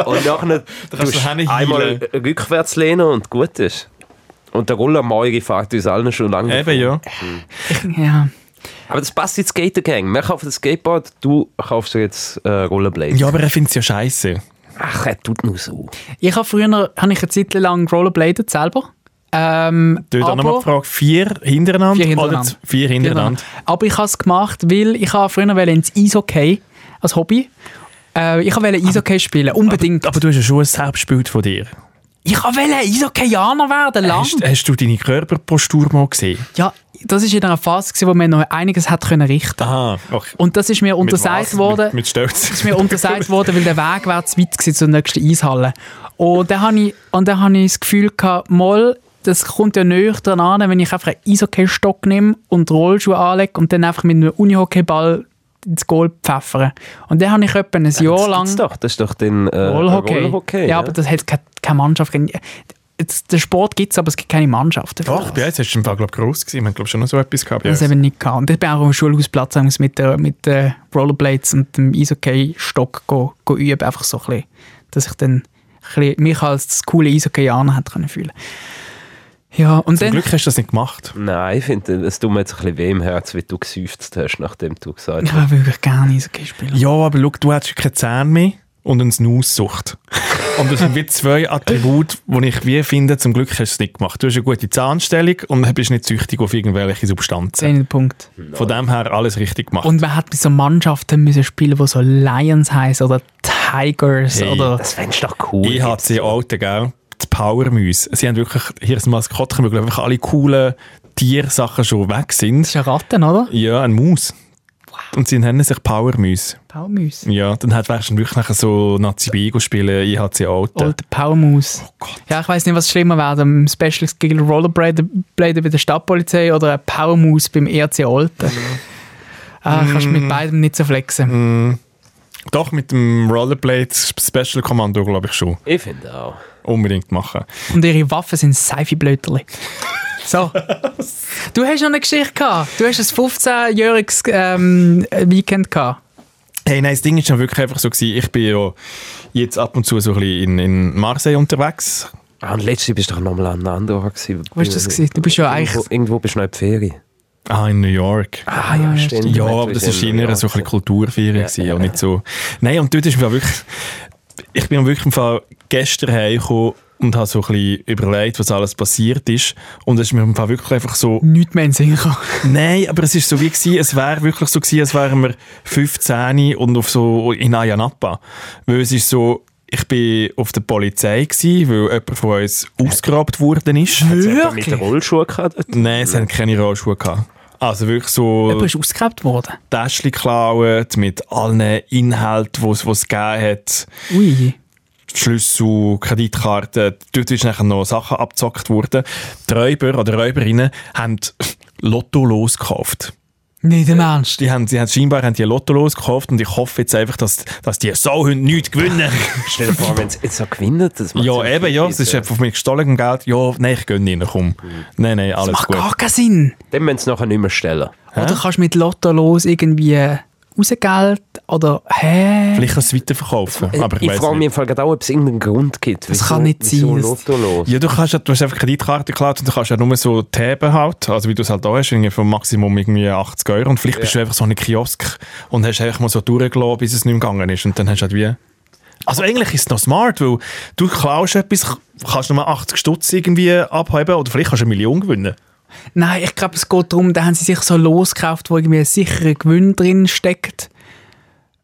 [SPEAKER 3] Und nachher
[SPEAKER 1] kannst du
[SPEAKER 3] tust
[SPEAKER 1] hin
[SPEAKER 3] einmal rückwärts lehnen und gut ist. Und der Rollermauer fährt uns allen schon lange.
[SPEAKER 1] Eben, ja.
[SPEAKER 2] ja.
[SPEAKER 3] Aber das passt in die Skatergang. Wir kaufen das Skateboard, du kaufst dir jetzt äh, Rollerblades.
[SPEAKER 1] Ja, aber er findet es ja scheiße.
[SPEAKER 3] Ach, er tut nur so.
[SPEAKER 2] Ich habe früher habe ich eine Zeit lang Rollerbladet selber. Ähm,
[SPEAKER 1] Du hast auch
[SPEAKER 2] aber-
[SPEAKER 1] nochmal gefragt, vier hintereinander?
[SPEAKER 2] Vier hintereinander.
[SPEAKER 1] Oder z- vier hintereinander.
[SPEAKER 2] Genau. Aber ich habe es gemacht, weil ich habe früher wollte ins Eishockey als Hobby. Äh, ich wollte Eishockey spielen, unbedingt.
[SPEAKER 1] Aber du hast ja schon ein Selbstbild von dir.
[SPEAKER 2] ich wollte Eishockeyjaner werden, lang.
[SPEAKER 1] Hast, hast du deine Körperpostur mal gesehen?
[SPEAKER 2] Ja, das war in einer Phase, gewesen, wo man noch einiges hat können richten
[SPEAKER 1] Aha. Okay.
[SPEAKER 2] Und das ist mir
[SPEAKER 1] Mit
[SPEAKER 2] untersagt
[SPEAKER 1] was?
[SPEAKER 2] worden.
[SPEAKER 1] Mit, mit
[SPEAKER 2] ist
[SPEAKER 1] Stolz.
[SPEAKER 2] mir untersagt worden, weil der Weg war zu weit gewesen zur nächsten Eishalle. Und dann habe ich, und dann habe ich das Gefühl, gehabt, mal, das kommt ja näher dran an, wenn ich einfach einen Eishockey-Stock nehme und Rollschuhe anlege und dann einfach mit einem Unihockeyball ins Goal pfeffere. Und dann habe ich etwa ein Jahr
[SPEAKER 3] das
[SPEAKER 2] lang
[SPEAKER 3] gibt's doch. Das ist doch den äh,
[SPEAKER 2] Rollhockey.
[SPEAKER 3] Rollhockey,
[SPEAKER 2] ja, aber das hat keine, keine Mannschaft. keine- Jetzt, den Sport gibt es, aber es gibt keine Mannschaft. dafür.
[SPEAKER 1] Doch, ja, jetzt hast du ein paar, glaube ich, gross gewesen. Wir haben, glaube schon noch so etwas gehabt. bei
[SPEAKER 2] Das
[SPEAKER 1] uns.
[SPEAKER 2] eben nicht gehabt. Und ich bin auch am Schulhausplatz haben wir es mit, der, mit den Rollerblades und dem Eishockey-Stock go, go üben. Einfach so ein bisschen, dass ich dann ein bisschen mich als das coole Eishockeyaner hätte können fühlen Ja, und
[SPEAKER 1] Zum
[SPEAKER 2] dann...
[SPEAKER 1] Glück hast du das nicht gemacht.
[SPEAKER 3] Nein, ich finde, es tut mir jetzt ein bisschen weh im Herz, wie du gesäuft hast, nachdem du gesagt
[SPEAKER 2] Ich
[SPEAKER 3] hast.
[SPEAKER 2] will wirklich gerne Eishockey spielen.
[SPEAKER 1] Ja, aber schau, du hast keine Zähne mehr und eine Snussucht. und das sind wie zwei Attribute, die ich wie finde, zum Glück hast du es nicht gemacht. Du hast eine gute Zahnstellung und dann bist du nicht süchtig auf irgendwelche
[SPEAKER 2] Zehn
[SPEAKER 1] Substanzen.
[SPEAKER 2] den Punkt.
[SPEAKER 1] Von dem her alles richtig gemacht.
[SPEAKER 2] Und man hat bei so Mannschaften müssen spielen, die so Lions heißen oder Tigers
[SPEAKER 1] Hey.
[SPEAKER 2] oder...
[SPEAKER 3] Das fändest du doch cool.
[SPEAKER 1] EHC Alten, gell? Die Powermäuse. Sie haben wirklich hier ein Maskottchen, weil glaub ich, alle coolen Tiersachen schon weg
[SPEAKER 2] Das
[SPEAKER 1] sind.
[SPEAKER 2] ist eine Ratte, oder?
[SPEAKER 1] Ja, ein Maus. Und sie nennen sich Powermäuse.
[SPEAKER 2] Paumüs.
[SPEAKER 1] Ja, dann hat wärst du wirklich nachher so Nazi Bigo spielen, IHC Alten.
[SPEAKER 2] Old Paumüs.
[SPEAKER 1] Oh Gott.
[SPEAKER 2] Ja, ich weiß nicht, was schlimmer wäre, ein Special Skill Rollerblader bei der Stadtpolizei oder ein Powermoose beim ERC Olten. Ah, kannst
[SPEAKER 1] Mm.
[SPEAKER 2] mit beidem nicht so flexen.
[SPEAKER 1] Doch, mit dem Rollerblade Special Kommando, glaube ich schon.
[SPEAKER 3] Ich finde auch.
[SPEAKER 1] Unbedingt machen.
[SPEAKER 2] Und ihre Waffen sind Seifi-Blöterli. So. Du hast noch eine Geschichte gehabt. Du hast ein 15-jähriges ähm, Weekend gehabt.
[SPEAKER 1] Hey, nein, das Ding ist ja wirklich einfach so gewesen, ich bin ja jetzt ab und zu so ein bisschen in, in Marseille unterwegs.
[SPEAKER 3] Ah, und letztes bist du doch nochmal an einem anderen Ort. gewesen.
[SPEAKER 2] Wo ist das gewesen? Du bist ja eigentlich-
[SPEAKER 3] Irgendwo, irgendwo bist du noch in die Ferien.
[SPEAKER 1] Ah, in New York.
[SPEAKER 3] Ah, ja, stimmt.
[SPEAKER 1] Ja, aber das war eher so ein bisschen Kulturfeier. Ja, ja, nicht so. Nein, und dort ist mir wirklich. Ich bin wirklich im Fall gestern heimgekommen und habe so ein bisschen überlegt, was alles passiert ist. Und es ist mir im Fall wirklich einfach so.
[SPEAKER 2] Nicht mehr in den Sinn gekommen.
[SPEAKER 1] Nein, aber es ist so wie gewesen, es wäre wirklich so gewesen, als wären wir 15 und auf so in Ayanapa. Weil es ist so, ich bin auf der Polizei gewesen, weil jemand von uns ausgeraubt worden ist.
[SPEAKER 3] Mit den Rollschuhen gehabt. dort?
[SPEAKER 1] Nein, es haben keine Rollschuhe gehabt. Also wirklich so...
[SPEAKER 2] Du bist ausgeraubt worden.
[SPEAKER 1] Täschchen geklaut, mit allen Inhalten, die es gegeben hat.
[SPEAKER 2] Ui.
[SPEAKER 1] Schlüssel, Kreditkarten, dort ist nachher noch Sachen abgezockt worden. Die Räuber oder Räuberinnen haben Lotto losgekauft.
[SPEAKER 2] Nicht im Ernst.
[SPEAKER 1] Die haben, sie haben scheinbar haben die Lotto losgekauft und ich hoffe jetzt einfach, dass, dass die Sauhunde nichts gewinnen.
[SPEAKER 3] Stell dir vor, wenn es jetzt so gewinnt, das macht
[SPEAKER 1] ja,
[SPEAKER 3] so
[SPEAKER 1] eben,
[SPEAKER 3] viel
[SPEAKER 1] ja,
[SPEAKER 3] Sinn,
[SPEAKER 1] es ist einfach auf mich gestohlenem Geld. Ja, nein, ich gönne ihnen,
[SPEAKER 3] Mhm.
[SPEAKER 1] komm. Nein, nein, alles
[SPEAKER 2] Macht
[SPEAKER 1] gut.
[SPEAKER 2] gar keinen Sinn.
[SPEAKER 3] Dann müssen sie nachher nicht mehr stellen.
[SPEAKER 2] Oder kannst du mit Lotto los irgendwie rausgeld oder hä?
[SPEAKER 1] Vielleicht kannst du es weiterverkaufen, aber ich,
[SPEAKER 3] ich
[SPEAKER 1] weiss
[SPEAKER 3] frage mich
[SPEAKER 1] nicht.
[SPEAKER 3] im Fall gerade auch, ob es irgendeinen Grund gibt.
[SPEAKER 2] Das kann nicht
[SPEAKER 3] wieso
[SPEAKER 2] sein, das-
[SPEAKER 3] Lotto los?
[SPEAKER 1] Ja, du, kannst, ja- du hast einfach Kreditkarte geklaut und du kannst ja nur so Themen halt, also wie du es halt auch hast, irgendwie von Maximum irgendwie 80 Euro und vielleicht bist du einfach so in einem Kiosk und hast einfach mal so durchgelassen, bis es nicht mehr gegangen ist und dann hast du halt wie... Also eigentlich ist es noch smart, weil du klaust etwas, kannst nochmal 80 Stutz irgendwie abheben oder vielleicht kannst du eine Million gewinnen.
[SPEAKER 2] Nein, ich glaube, es geht darum, da haben sie sich so losgekauft, wo irgendwie ein sicherer Gewinn drin steckt.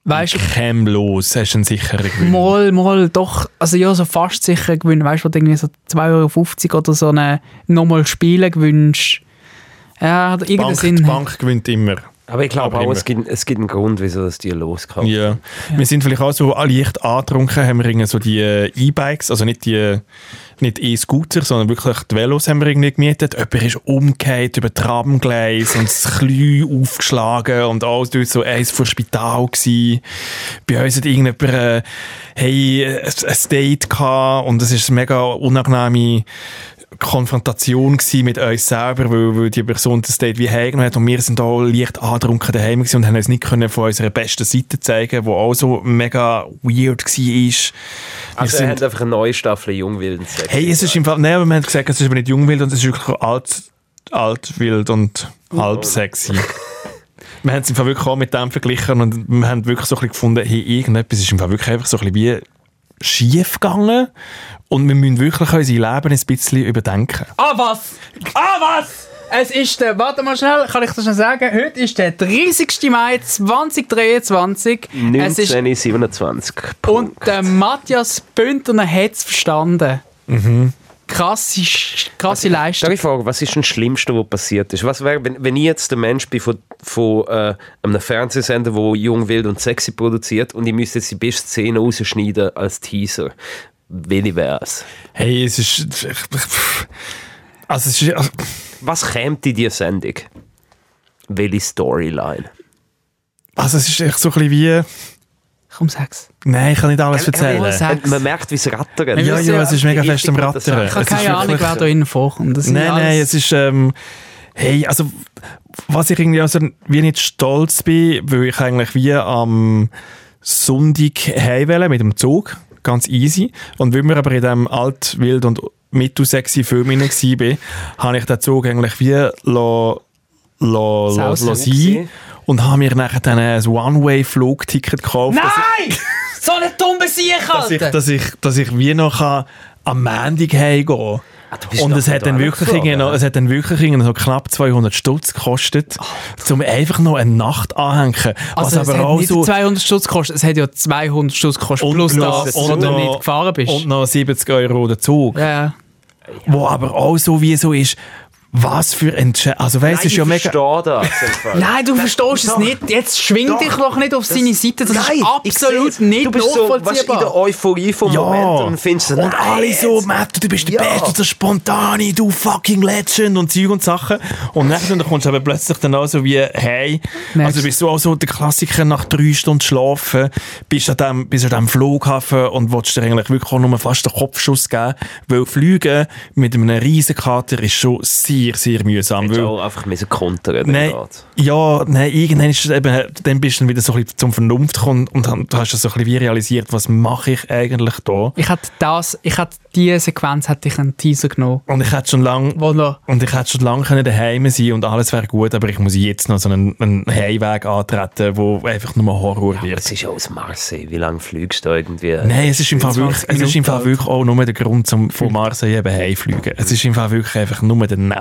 [SPEAKER 2] Weißt du,
[SPEAKER 1] Käm los, hast einen sicheren Gewinn.
[SPEAKER 2] mal, mal, doch, also ja, so fast sicher gewinnen. Weißt du, wo du irgendwie so 2,50 Euro oder so eine nochmal spielen gewünscht. Ja, hat irgendeinen
[SPEAKER 1] Bank,
[SPEAKER 2] Sinn.
[SPEAKER 1] die
[SPEAKER 2] hat.
[SPEAKER 1] Bank gewinnt immer.
[SPEAKER 3] Aber ich glaube
[SPEAKER 1] Aber
[SPEAKER 3] auch,
[SPEAKER 1] immer.
[SPEAKER 3] es gibt, es gibt einen Grund, wieso das die loskaufen.
[SPEAKER 1] Ja. Wir sind vielleicht auch so alle echt angetrunken, haben wir irgendwie so die äh, E-Bikes, also nicht die nicht E-Scooter, sondern wirklich die Velos haben wir irgendwie gemietet. Jemand ist umgekehrt über Tramgleis und das Knie aufgeschlagen und alles dort so eins vor Spital gsi. Bei uns hat irgendjemand äh, hey, äh, ein Date gehabt und es ist eine mega unangenehme Konfrontation gsi mit uns selber, weil, weil die Person das Date wie heimgenommen hat und wir sind auch leicht angetrunken daheim gsi und haben uns nicht können von unserer besten Seite zeigen, wo auch so mega weird gsi ist. Wir
[SPEAKER 3] Also, er
[SPEAKER 1] sind-
[SPEAKER 3] hat einfach eine neue Staffel Jungwilden Sex.
[SPEAKER 1] Hey, es ist im Fall, nein, aber wir haben gesagt, es ist aber nicht jungwild und es ist wirklich alt, altwild und
[SPEAKER 3] Oh.
[SPEAKER 1] halb sexy. wir haben es im Fall wirklich auch mit dem verglichen und wir haben wirklich so ein bisschen gefunden, hey, irgendetwas ist im Fall wirklich einfach so ein bisschen wie schief gegangen und wir müssen wirklich unser Leben ein bisschen überdenken.
[SPEAKER 2] Ah, was? Ah, was? Es ist der, warte mal schnell, kann ich das schon sagen? Heute ist der 30. Mai 2023. Es ist,
[SPEAKER 3] 1927.
[SPEAKER 2] und ähm, der Matthias Bündner hat es verstanden.
[SPEAKER 1] Mhm.
[SPEAKER 2] Krasse, Sch-
[SPEAKER 1] Also,
[SPEAKER 2] krasse
[SPEAKER 3] Darf
[SPEAKER 2] Leistung.
[SPEAKER 3] ich fragen, was ist das Schlimmste, was passiert ist? Was wäre, wenn, wenn ich jetzt der Mensch bin von, von äh, einem Fernsehsender, der jung, wild und sexy produziert und ich müsste jetzt die beste Szene rausschneiden als Teaser? Welche wäre es?
[SPEAKER 1] Hey, es ist... Also es ist... Also,
[SPEAKER 3] Was käme in die Sendung? Welche Storyline?
[SPEAKER 1] also es ist echt so ein bisschen wie...
[SPEAKER 2] Komm, sag's.
[SPEAKER 1] Nein, ich kann nicht alles erzählen.
[SPEAKER 2] Sechs.
[SPEAKER 3] Und Man merkt, wie es rattert.
[SPEAKER 2] Ja,
[SPEAKER 1] Ja, ja, es ist mega fest am
[SPEAKER 3] Richtig
[SPEAKER 1] Rattern.
[SPEAKER 2] Ich habe
[SPEAKER 1] Es ist
[SPEAKER 2] keine Ahnung,
[SPEAKER 1] wirklich-
[SPEAKER 2] wer da innen vorkommt. Das sind
[SPEAKER 1] Nein,
[SPEAKER 2] alles-
[SPEAKER 1] nein, es ist, ähm, hey, also, was ich irgendwie also wie nicht stolz bin, weil ich eigentlich wie am Sonntag heimwähle mit dem Zug, ganz easy, und weil wir aber in diesem alt, wild und mittelsexy Film hinein war, habe ich den Zug eigentlich wie lo, lo, lo,
[SPEAKER 2] Sausen.
[SPEAKER 1] lo sein und habe mir nachher dann ein One-Way-Flugticket gekauft, dass
[SPEAKER 2] Nein! So eine dumme Sieg,
[SPEAKER 1] dass ich,
[SPEAKER 2] Alter!
[SPEAKER 1] dass ich, dass ich wie noch kann am Montag heimgehen
[SPEAKER 2] Ah,
[SPEAKER 3] bist
[SPEAKER 1] und
[SPEAKER 3] doch
[SPEAKER 1] es hat,
[SPEAKER 3] da
[SPEAKER 1] dann wirklich
[SPEAKER 3] runtergeflogen,
[SPEAKER 1] irgendwie noch, es hat dann wirklich irgendwie noch knapp 200 Stutz gekostet, um einfach noch eine Nacht anhängen.
[SPEAKER 2] Also,
[SPEAKER 1] was
[SPEAKER 2] es
[SPEAKER 1] aber
[SPEAKER 2] hat
[SPEAKER 1] auch
[SPEAKER 2] nicht
[SPEAKER 1] so
[SPEAKER 2] 200 Stutz gekostet, es hat ja 200 Stutz gekostet, plus das, wo du nicht gefahren bist.
[SPEAKER 1] Und noch 70 Euro der Zug.
[SPEAKER 2] ja.
[SPEAKER 1] Wo aber auch so wie so ist, was für ein... Sch- Also weißt du, es ist ja
[SPEAKER 3] ich
[SPEAKER 1] mega...
[SPEAKER 3] verstehe das. im Fall.
[SPEAKER 2] Nein, du verstehst es nicht. Jetzt schwing
[SPEAKER 3] Doch.
[SPEAKER 2] dich doch nicht auf seine Seite. Das
[SPEAKER 3] Nein,
[SPEAKER 2] ist
[SPEAKER 3] ich seh's.
[SPEAKER 2] absolut nicht
[SPEAKER 3] du bist So, weißt, du, in der
[SPEAKER 2] nachvollziehbar.
[SPEAKER 3] Euphorie vom Moment und findest du,
[SPEAKER 1] und
[SPEAKER 3] nein,
[SPEAKER 1] alle so,
[SPEAKER 3] jetzt-
[SPEAKER 1] Matt, du bist der
[SPEAKER 3] Ja.
[SPEAKER 1] Beste, der Spontane, du fucking Legend und Zeug und Sachen. Und nachher dann kommst du aber plötzlich dann auch so wie, hey,
[SPEAKER 2] Next.
[SPEAKER 1] also bist du auch so der Klassiker nach drei Stunden schlafen, bist an dem, bist an dem Flughafen und willst dir eigentlich wirklich auch nur fast den Kopfschuss geben, weil Fliegen mit einem riesen Kater ist schon sehr, sehr mühsam.
[SPEAKER 3] Hättest
[SPEAKER 1] weil-
[SPEAKER 3] du auch einfach müssen kontern. den
[SPEAKER 1] Nein,
[SPEAKER 3] Rat.
[SPEAKER 1] ja, nein, irgendwann ist es eben, dann bist du dann wieder so ein bisschen zum Vernunft gekommen und dann hast du so ein bisschen wie realisiert, was mache ich eigentlich da?
[SPEAKER 2] Ich hatte das, ich hatte diese Sequenz hätte ich einen Teaser genommen.
[SPEAKER 1] Und ich hätte schon lange
[SPEAKER 2] Wo noch,
[SPEAKER 1] Und ich hätte schon lange können daheim sein und alles wäre gut, aber ich muss jetzt noch so einen, einen Heimweg antreten, wo einfach nur Horror wird.
[SPEAKER 3] Es ist ja aus Marseille. Wie lange fliegst du irgendwie?
[SPEAKER 1] Nein, es ist im Fall
[SPEAKER 2] 20
[SPEAKER 1] wirklich, es ist im Fall
[SPEAKER 2] Minuten
[SPEAKER 1] wirklich auch nur der Grund, zum von Marseille eben heimfliegen. Es ist im Fall wirklich einfach nur daneben.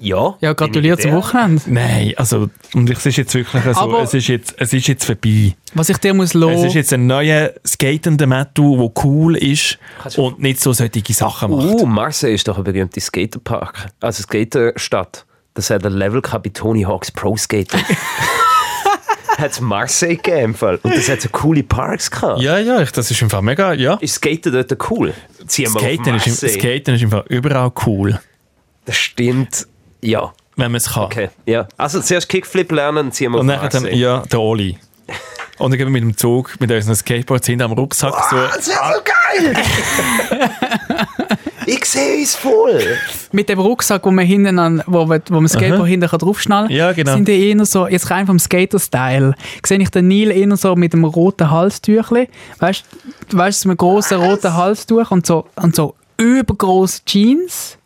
[SPEAKER 3] Ja.
[SPEAKER 2] ja, gratuliere zum
[SPEAKER 3] Idee.
[SPEAKER 2] Wochenende.
[SPEAKER 1] Nein, also, und es ist jetzt wirklich so,
[SPEAKER 2] Aber-
[SPEAKER 1] es ist jetzt, es ist jetzt vorbei.
[SPEAKER 2] Was ich dir
[SPEAKER 1] Es
[SPEAKER 2] muss
[SPEAKER 3] Oh.
[SPEAKER 1] ist
[SPEAKER 2] loben,
[SPEAKER 1] jetzt ein neuer skatender Mattu, der cool ist
[SPEAKER 3] Kannst du-
[SPEAKER 1] und nicht so solche Sachen macht.
[SPEAKER 3] Uh, Marseille ist doch eine berühmte Skaterpark. Also Skaterstadt. Das hat ein Level gehabt bei Tony Hawk's Pro Skater. hat es Marseille gegeben. im Fall. Und das hat so coole Parks gehabt.
[SPEAKER 1] Ja, ja, ich, das ist im Fall mega, ja.
[SPEAKER 3] Ist Skaten dort cool? Ziehen wir
[SPEAKER 1] Skaten
[SPEAKER 3] auf
[SPEAKER 1] ist, im,
[SPEAKER 3] Marseille.
[SPEAKER 1] Skaten ist im Fall überall cool,
[SPEAKER 3] Das stimmt. Ja.
[SPEAKER 1] wenn man es kann.
[SPEAKER 3] Okay. ja. Also zuerst Kickflip lernen, ziehen wir
[SPEAKER 1] Und
[SPEAKER 3] auf
[SPEAKER 1] nachher dann,
[SPEAKER 3] Marseille.
[SPEAKER 1] ja, der Oli. Und dann gehen wir mit dem Zug, mit unseren Skateboards hinten am Rucksack
[SPEAKER 2] Ah!
[SPEAKER 1] so.
[SPEAKER 3] Ah, Das wäre so geil! ich sehe es voll!
[SPEAKER 2] Mit dem Rucksack, wo man hinten an, wo, man- wo man Skateboard hinten kann draufschnallen kann,
[SPEAKER 1] Ja, genau.
[SPEAKER 2] sind die eher so, jetzt rein vom Skater-Style, sehe ich den Nil eher so mit einem roten Halstüchli, weißt du, weißt, so einem grossen roten Halstuch und so, und so übergroße Jeans.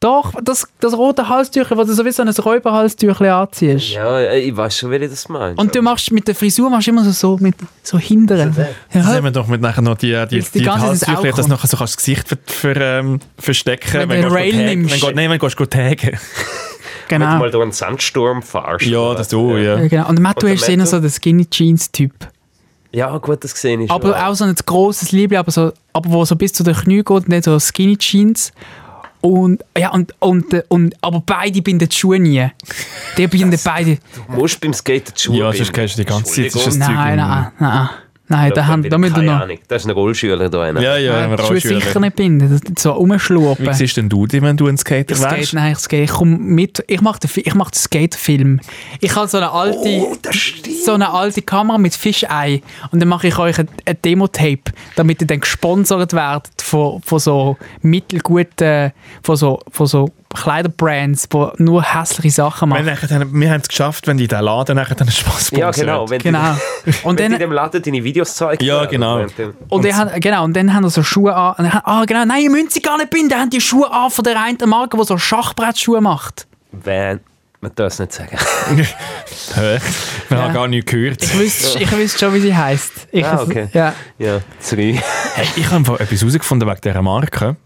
[SPEAKER 2] Doch, das, das rote Halstüchli, wo du so wie so ein Räuberhalstüchli anziehst.
[SPEAKER 3] Ja, ja, ich weiß schon, wie ich das meine.
[SPEAKER 2] Und du machst mit der Frisur machst du immer so, so, mit, so hindern.
[SPEAKER 1] Das
[SPEAKER 2] Ja,
[SPEAKER 1] haben wir doch mit nachher noch die, die,
[SPEAKER 2] Jetzt
[SPEAKER 1] die,
[SPEAKER 2] die
[SPEAKER 1] die
[SPEAKER 2] ganze Zeit ins
[SPEAKER 1] Halstücher,
[SPEAKER 2] Auge
[SPEAKER 1] dass
[SPEAKER 2] kommt.
[SPEAKER 1] nachher so kannst du das Gesicht ver, ver, ähm, verstecken
[SPEAKER 2] Wenn du einen
[SPEAKER 1] du
[SPEAKER 2] Rail
[SPEAKER 1] taggen-
[SPEAKER 2] nimmst.
[SPEAKER 1] Wenn, du- nein, wenn du gehst taggen.
[SPEAKER 3] Wenn du
[SPEAKER 2] genau.
[SPEAKER 3] mal durch einen Sandsturm fahrst.
[SPEAKER 1] Ja, das du, ja.
[SPEAKER 2] Ja, genau. Und Matthew
[SPEAKER 3] Und der
[SPEAKER 2] ist eher
[SPEAKER 3] Matthew?
[SPEAKER 2] so der Skinny-Jeans-Typ.
[SPEAKER 3] Ja, gut, das sehe ich
[SPEAKER 2] Aber
[SPEAKER 3] schon.
[SPEAKER 2] auch so ein grosses Liebling, aber, so, aber wo so bis zu den Knien geht, nicht so Skinny Jeans. Und, ja, und, und, äh, und, aber beide binden die Schuhe nie. Die binden beide.
[SPEAKER 3] Du musst beim Skaten die Schuhe
[SPEAKER 1] Ja, sonst
[SPEAKER 3] binden.
[SPEAKER 1] gehst du die ganze Zeit, das ist
[SPEAKER 3] Entschuldigung.
[SPEAKER 1] Zeug
[SPEAKER 2] Nein,
[SPEAKER 1] nicht.
[SPEAKER 2] nein, nein. Nein, da, haben,
[SPEAKER 3] bin
[SPEAKER 2] da
[SPEAKER 3] ich
[SPEAKER 2] müssen wir
[SPEAKER 3] keine
[SPEAKER 2] noch
[SPEAKER 3] Ahnung. Das ist ein Rollschüler da einer.
[SPEAKER 1] Ja, ja, wenn
[SPEAKER 2] äh,
[SPEAKER 1] wir
[SPEAKER 2] die Schuhe sicher
[SPEAKER 1] anschüren.
[SPEAKER 2] nicht binden. Das- So
[SPEAKER 1] Wie
[SPEAKER 2] rumschlurpen.
[SPEAKER 1] siehst denn du dich, wenn du ein Skater
[SPEAKER 2] Ich skate,
[SPEAKER 1] wärst?
[SPEAKER 2] nein, ich skate. Ich komme mit. Ich mache den, Fi- ich mach den Skate-Film. Ich habe so eine alte,
[SPEAKER 3] Oh,
[SPEAKER 2] so eine alte Kamera mit Fischei. Und dann mache ich euch ein, ein Demo-Tape, damit ihr dann gesponsert werdet von, von so mittelguten, von so, von so Kleiderbrands, die nur hässliche Sachen
[SPEAKER 1] Wenn
[SPEAKER 2] machen.
[SPEAKER 1] nachher dann, wir haben es geschafft, wenn die den Laden nachher dann Spaß
[SPEAKER 3] ja genau. Wenn
[SPEAKER 2] Genau.
[SPEAKER 3] Du,
[SPEAKER 2] Und
[SPEAKER 3] wenn
[SPEAKER 2] dann,
[SPEAKER 3] die dem Laden deine Videos zeigen.
[SPEAKER 1] Ja, genau.
[SPEAKER 2] und, dann, hat- genau, und dann haben wir so Schuhe an. Und dann haben- Ah, genau, nein, ihr müsst sie gar nicht binden. Dann haben die Schuhe an von der einen Marke, die so Schachbrettschuhe macht.
[SPEAKER 3] Wenn... Man darf es nicht sagen.
[SPEAKER 1] Hä? Wir haben gar nicht gehört.
[SPEAKER 2] Ich wüsste ich wüsste schon, wie sie heisst. Ich,
[SPEAKER 3] Ah, okay.
[SPEAKER 2] ja.
[SPEAKER 3] Ja, drei.
[SPEAKER 1] Hey, ich habe im Fall etwas herausgefunden wegen dieser Marke.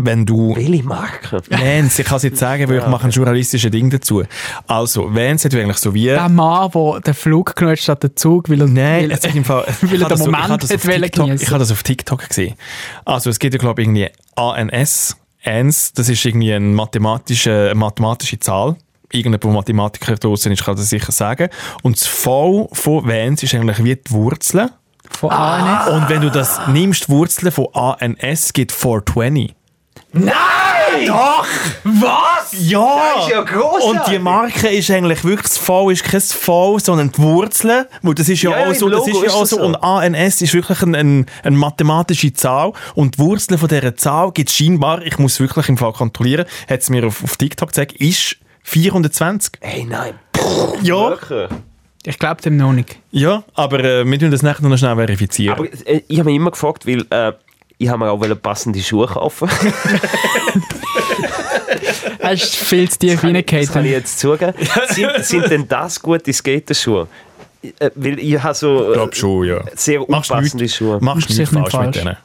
[SPEAKER 1] Wenn du
[SPEAKER 3] Welche Marke?
[SPEAKER 1] Vans, ich kann es jetzt sagen, weil ich mache ein journalistisches Ding dazu. Also, Vans hat eigentlich so wie...
[SPEAKER 2] Der Mann, der den Flug genommen hat statt den Zug, weil er...
[SPEAKER 1] Nein,
[SPEAKER 2] weil,
[SPEAKER 1] es ist im Fall... Ich habe
[SPEAKER 2] er den
[SPEAKER 1] das so- ich habe
[SPEAKER 2] Moment
[SPEAKER 1] das auf
[SPEAKER 2] hat wollen
[SPEAKER 1] TikTok-
[SPEAKER 2] geniessen.
[SPEAKER 1] Ich habe das auf TikTok gesehen. Also, es gibt ja, glaube ich, irgendwie ANS. ANS, das ist irgendwie eine mathematische, eine mathematische Zahl. Irgendein Mathematiker draußen ist, kann das sicher sagen. Und das V von Vans ist eigentlich wie die Wurzeln.
[SPEAKER 2] von ah. ANS.
[SPEAKER 1] Und wenn du das nimmst, die Wurzeln von ANS gibt 420. Nein! Doch! Was? Ja!
[SPEAKER 3] Das ist ja grossartig.
[SPEAKER 1] Und die Marke ist eigentlich wirklich, das V ist kein V, sondern die Wurzeln. Weil das ist ja,
[SPEAKER 3] Ja, ja,
[SPEAKER 1] auch so,
[SPEAKER 3] im
[SPEAKER 1] das
[SPEAKER 3] Logo
[SPEAKER 1] ist ja
[SPEAKER 3] ist
[SPEAKER 1] auch
[SPEAKER 3] das
[SPEAKER 1] so.
[SPEAKER 3] so.
[SPEAKER 1] Und ANS ist wirklich ein, ein, eine mathematische Zahl. Und die Wurzeln von dieser Zahl gibt es scheinbar, ich muss wirklich im Fall kontrollieren, hat es mir auf, auf TikTok gesagt, ist 420.
[SPEAKER 3] Hey, nein.
[SPEAKER 1] Ja,
[SPEAKER 3] Wirklich?
[SPEAKER 2] Ich glaube dem noch nicht.
[SPEAKER 1] ja aber äh, wir tun das nachher noch schnell verifizieren.
[SPEAKER 3] Aber äh, ich habe mich immer gefragt, weil äh, ich habe mir auch wollte passende Schuhe kaufen.
[SPEAKER 2] Er ist viel zu tief
[SPEAKER 3] Das kann ich
[SPEAKER 2] reingehauen.
[SPEAKER 3] jetzt zugeben. Sind, sind denn das gute Skaterschuhe? Äh, weil ich habe so...
[SPEAKER 1] Ich glaube schon, ja.
[SPEAKER 3] sehr
[SPEAKER 1] Machst
[SPEAKER 3] unpassende
[SPEAKER 1] nichts-
[SPEAKER 3] Schuhe.
[SPEAKER 1] Machst nichts
[SPEAKER 2] Sicher nicht
[SPEAKER 1] falsch, mit
[SPEAKER 2] falsch.
[SPEAKER 1] denen.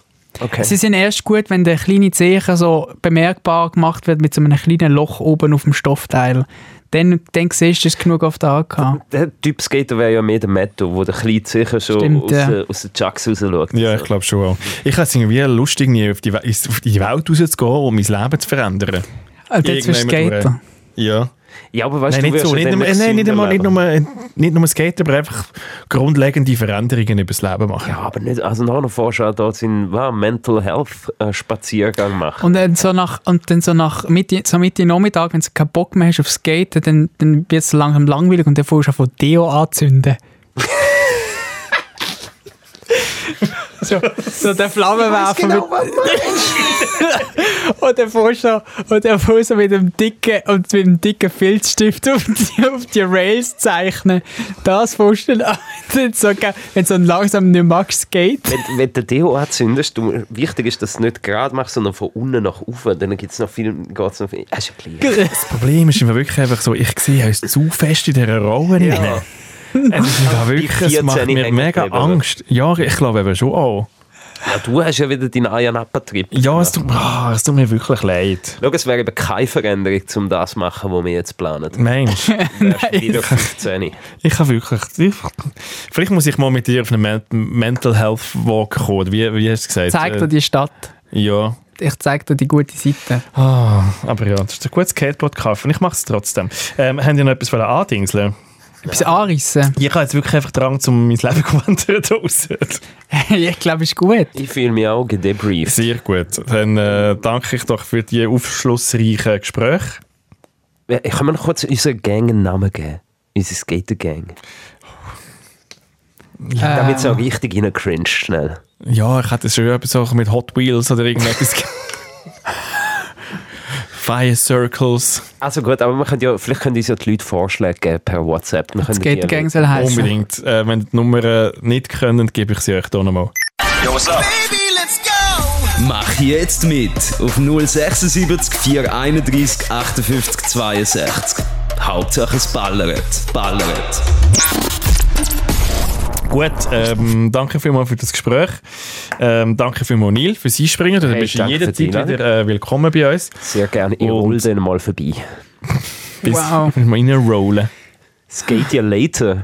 [SPEAKER 3] Okay.
[SPEAKER 2] Sie sind erst gut, wenn der kleine Zeichen so bemerkbar gemacht wird mit so einem kleinen Loch oben auf dem Stoffteil. Dann, dann siehst du, es genug auf der Hand gehabt.
[SPEAKER 3] Der Typ Skater wäre ja mehr der Metto, wo der Kleid sicher schon
[SPEAKER 2] Stimmt,
[SPEAKER 3] aus,
[SPEAKER 2] ja.
[SPEAKER 3] den- aus den Chucks raus schaut.
[SPEAKER 1] Ja, ich glaube schon auch. Ich habe es irgendwie lustig, nie auf die, We ins- auf die Welt rauszugehen und mein Leben zu verändern.
[SPEAKER 2] Und jetzt wirst du
[SPEAKER 1] Irgendjemand
[SPEAKER 2] Skater.
[SPEAKER 1] durch. Ja.
[SPEAKER 3] Ja, aber weißt
[SPEAKER 1] Nein,
[SPEAKER 3] du,
[SPEAKER 1] nicht
[SPEAKER 3] wirst
[SPEAKER 1] so.
[SPEAKER 3] ja
[SPEAKER 1] Nicht,
[SPEAKER 3] dann
[SPEAKER 1] nur-
[SPEAKER 3] nicht
[SPEAKER 1] nein, nicht,
[SPEAKER 3] gesünder
[SPEAKER 1] einmal, nicht,
[SPEAKER 3] leben.
[SPEAKER 1] nur, nicht nur Skater, aber einfach grundlegende Veränderungen über das Leben machen.
[SPEAKER 3] Ja, aber nicht, also nachher fährst du auch dort seinen wow, Mental Health äh, Spaziergang machen.
[SPEAKER 2] Und dann so nach, und dann so nach Mitte, so Mitte Nachmittag, wenn du keinen Bock mehr hast auf Skaten, dann, dann wird es langsam langweilig und dann fährst du an von Deo anzünden. so, so der Flammenwerfer. Mit, und dann fährst du, und dann fährst du mit dem dicken, und mit dem dicken Filzstift auf die, auf die Rails zeichnen. Das fährst du dann an. Dann so, ge- wenn du so langsam nicht magst, Skate.
[SPEAKER 3] Wenn, wenn du den Deo anzündest, du, wichtig ist, dass du nicht gerade machst, sondern von unten nach oben. Dann gibt es noch viel, geht's noch viel. Das ist ja gleich.
[SPEAKER 1] Das Problem ist einfach wirklich einfach so, ich sehe uns zu fest in dieser Rolle rein. Es ist einfach wirklich, es
[SPEAKER 3] 14
[SPEAKER 1] macht mir
[SPEAKER 3] hängen
[SPEAKER 1] mega
[SPEAKER 3] geblieben, oder?
[SPEAKER 1] Angst. Ja, ich glaube eben schon auch.
[SPEAKER 3] Ja, du hast ja wieder deinen Eiernappentrip.
[SPEAKER 1] Ja, es tut, ah, es tut mir wirklich leid.
[SPEAKER 3] Schau, es wäre eben keine Veränderung, um das zu machen, was wir jetzt planen.
[SPEAKER 1] Mensch.
[SPEAKER 3] Wärst du wieder 15.
[SPEAKER 1] Ich habe wirklich. Ich, vielleicht muss ich mal mit dir auf einen Men Mental Health Walk kommen. oder Wie, wie hast du gesagt?
[SPEAKER 2] Zeig dir
[SPEAKER 1] Äh,
[SPEAKER 2] die Stadt.
[SPEAKER 1] Ja.
[SPEAKER 2] Ich zeig dir die gute Seite.
[SPEAKER 1] Ah, aber ja, das ist ein gutes Skateboard kaufen. Ich mache es trotzdem. Ähm, haben die noch etwas wollen andingseln?
[SPEAKER 2] Etwas anrissen.
[SPEAKER 1] Ich habe jetzt wirklich einfach Drang, um mein Leben gewandern draussen.
[SPEAKER 2] ich glaube, ist gut.
[SPEAKER 3] Ich fühle mich auch gedebrieft.
[SPEAKER 1] Sehr gut. Dann äh, danke ich doch für die aufschlussreichen Gespräche.
[SPEAKER 3] Äh, Können wir noch kurz unseren Gang einen Namen geben? Unsere Skater-Gang. Damit
[SPEAKER 2] Ähm,
[SPEAKER 1] Ähm.
[SPEAKER 3] es auch richtig rein cringe schnell.
[SPEAKER 1] Ja, ich hätte schon etwas auch mit Hot Wheels oder irgendetwas. ge- Fire Circles.
[SPEAKER 3] Also gut, aber wir können ja, vielleicht können uns ja die Leute Vorschläge geben per WhatsApp. Dann können
[SPEAKER 2] Skate
[SPEAKER 3] die-
[SPEAKER 2] Gang soll heißen.
[SPEAKER 1] Unbedingt. Äh, wenn ihr die Nummern nicht könnt, gebe ich sie euch hier nochmal.
[SPEAKER 5] Mach jetzt mit auf 076 431 58 62. Hauptsache es ballert, ballert.
[SPEAKER 1] Gut, ähm, danke vielmals für das Gespräch. Ähm, danke vielmals, Neil, fürs Einspringen. Du
[SPEAKER 3] Hey,
[SPEAKER 1] bist
[SPEAKER 3] danke für
[SPEAKER 1] jederzeit
[SPEAKER 3] die Einladung.
[SPEAKER 1] wieder äh, willkommen bei uns.
[SPEAKER 3] Sehr gerne, ich
[SPEAKER 1] Und-
[SPEAKER 3] roll den mal vorbei.
[SPEAKER 1] Bis
[SPEAKER 2] Wow.
[SPEAKER 1] wir mal reinrollen.
[SPEAKER 3] Skate ja later.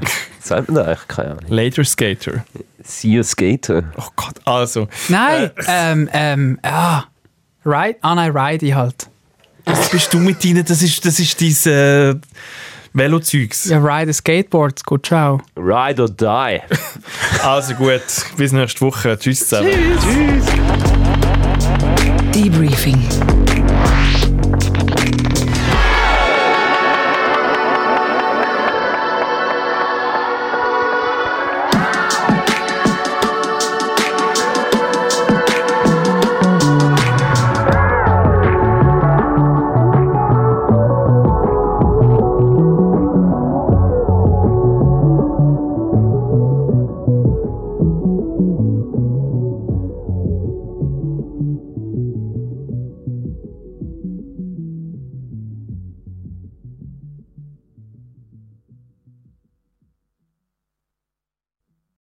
[SPEAKER 3] Was sagt man da eigentlich? Keine Ahnung.
[SPEAKER 1] Later Skater.
[SPEAKER 3] See you skater.
[SPEAKER 1] Oh Gott, also.
[SPEAKER 2] Nein, ähm, ähm, ah. Ride, ah nein, ride ich halt.
[SPEAKER 1] Was bist du mit ihnen? Das ist, das ist dein äh, Velozeugs.
[SPEAKER 2] Ja, ride a skateboard, gut, ciao.
[SPEAKER 3] Ride or die.
[SPEAKER 1] Also gut, bis nächste Woche. Tschüss zusammen.
[SPEAKER 4] Debriefing.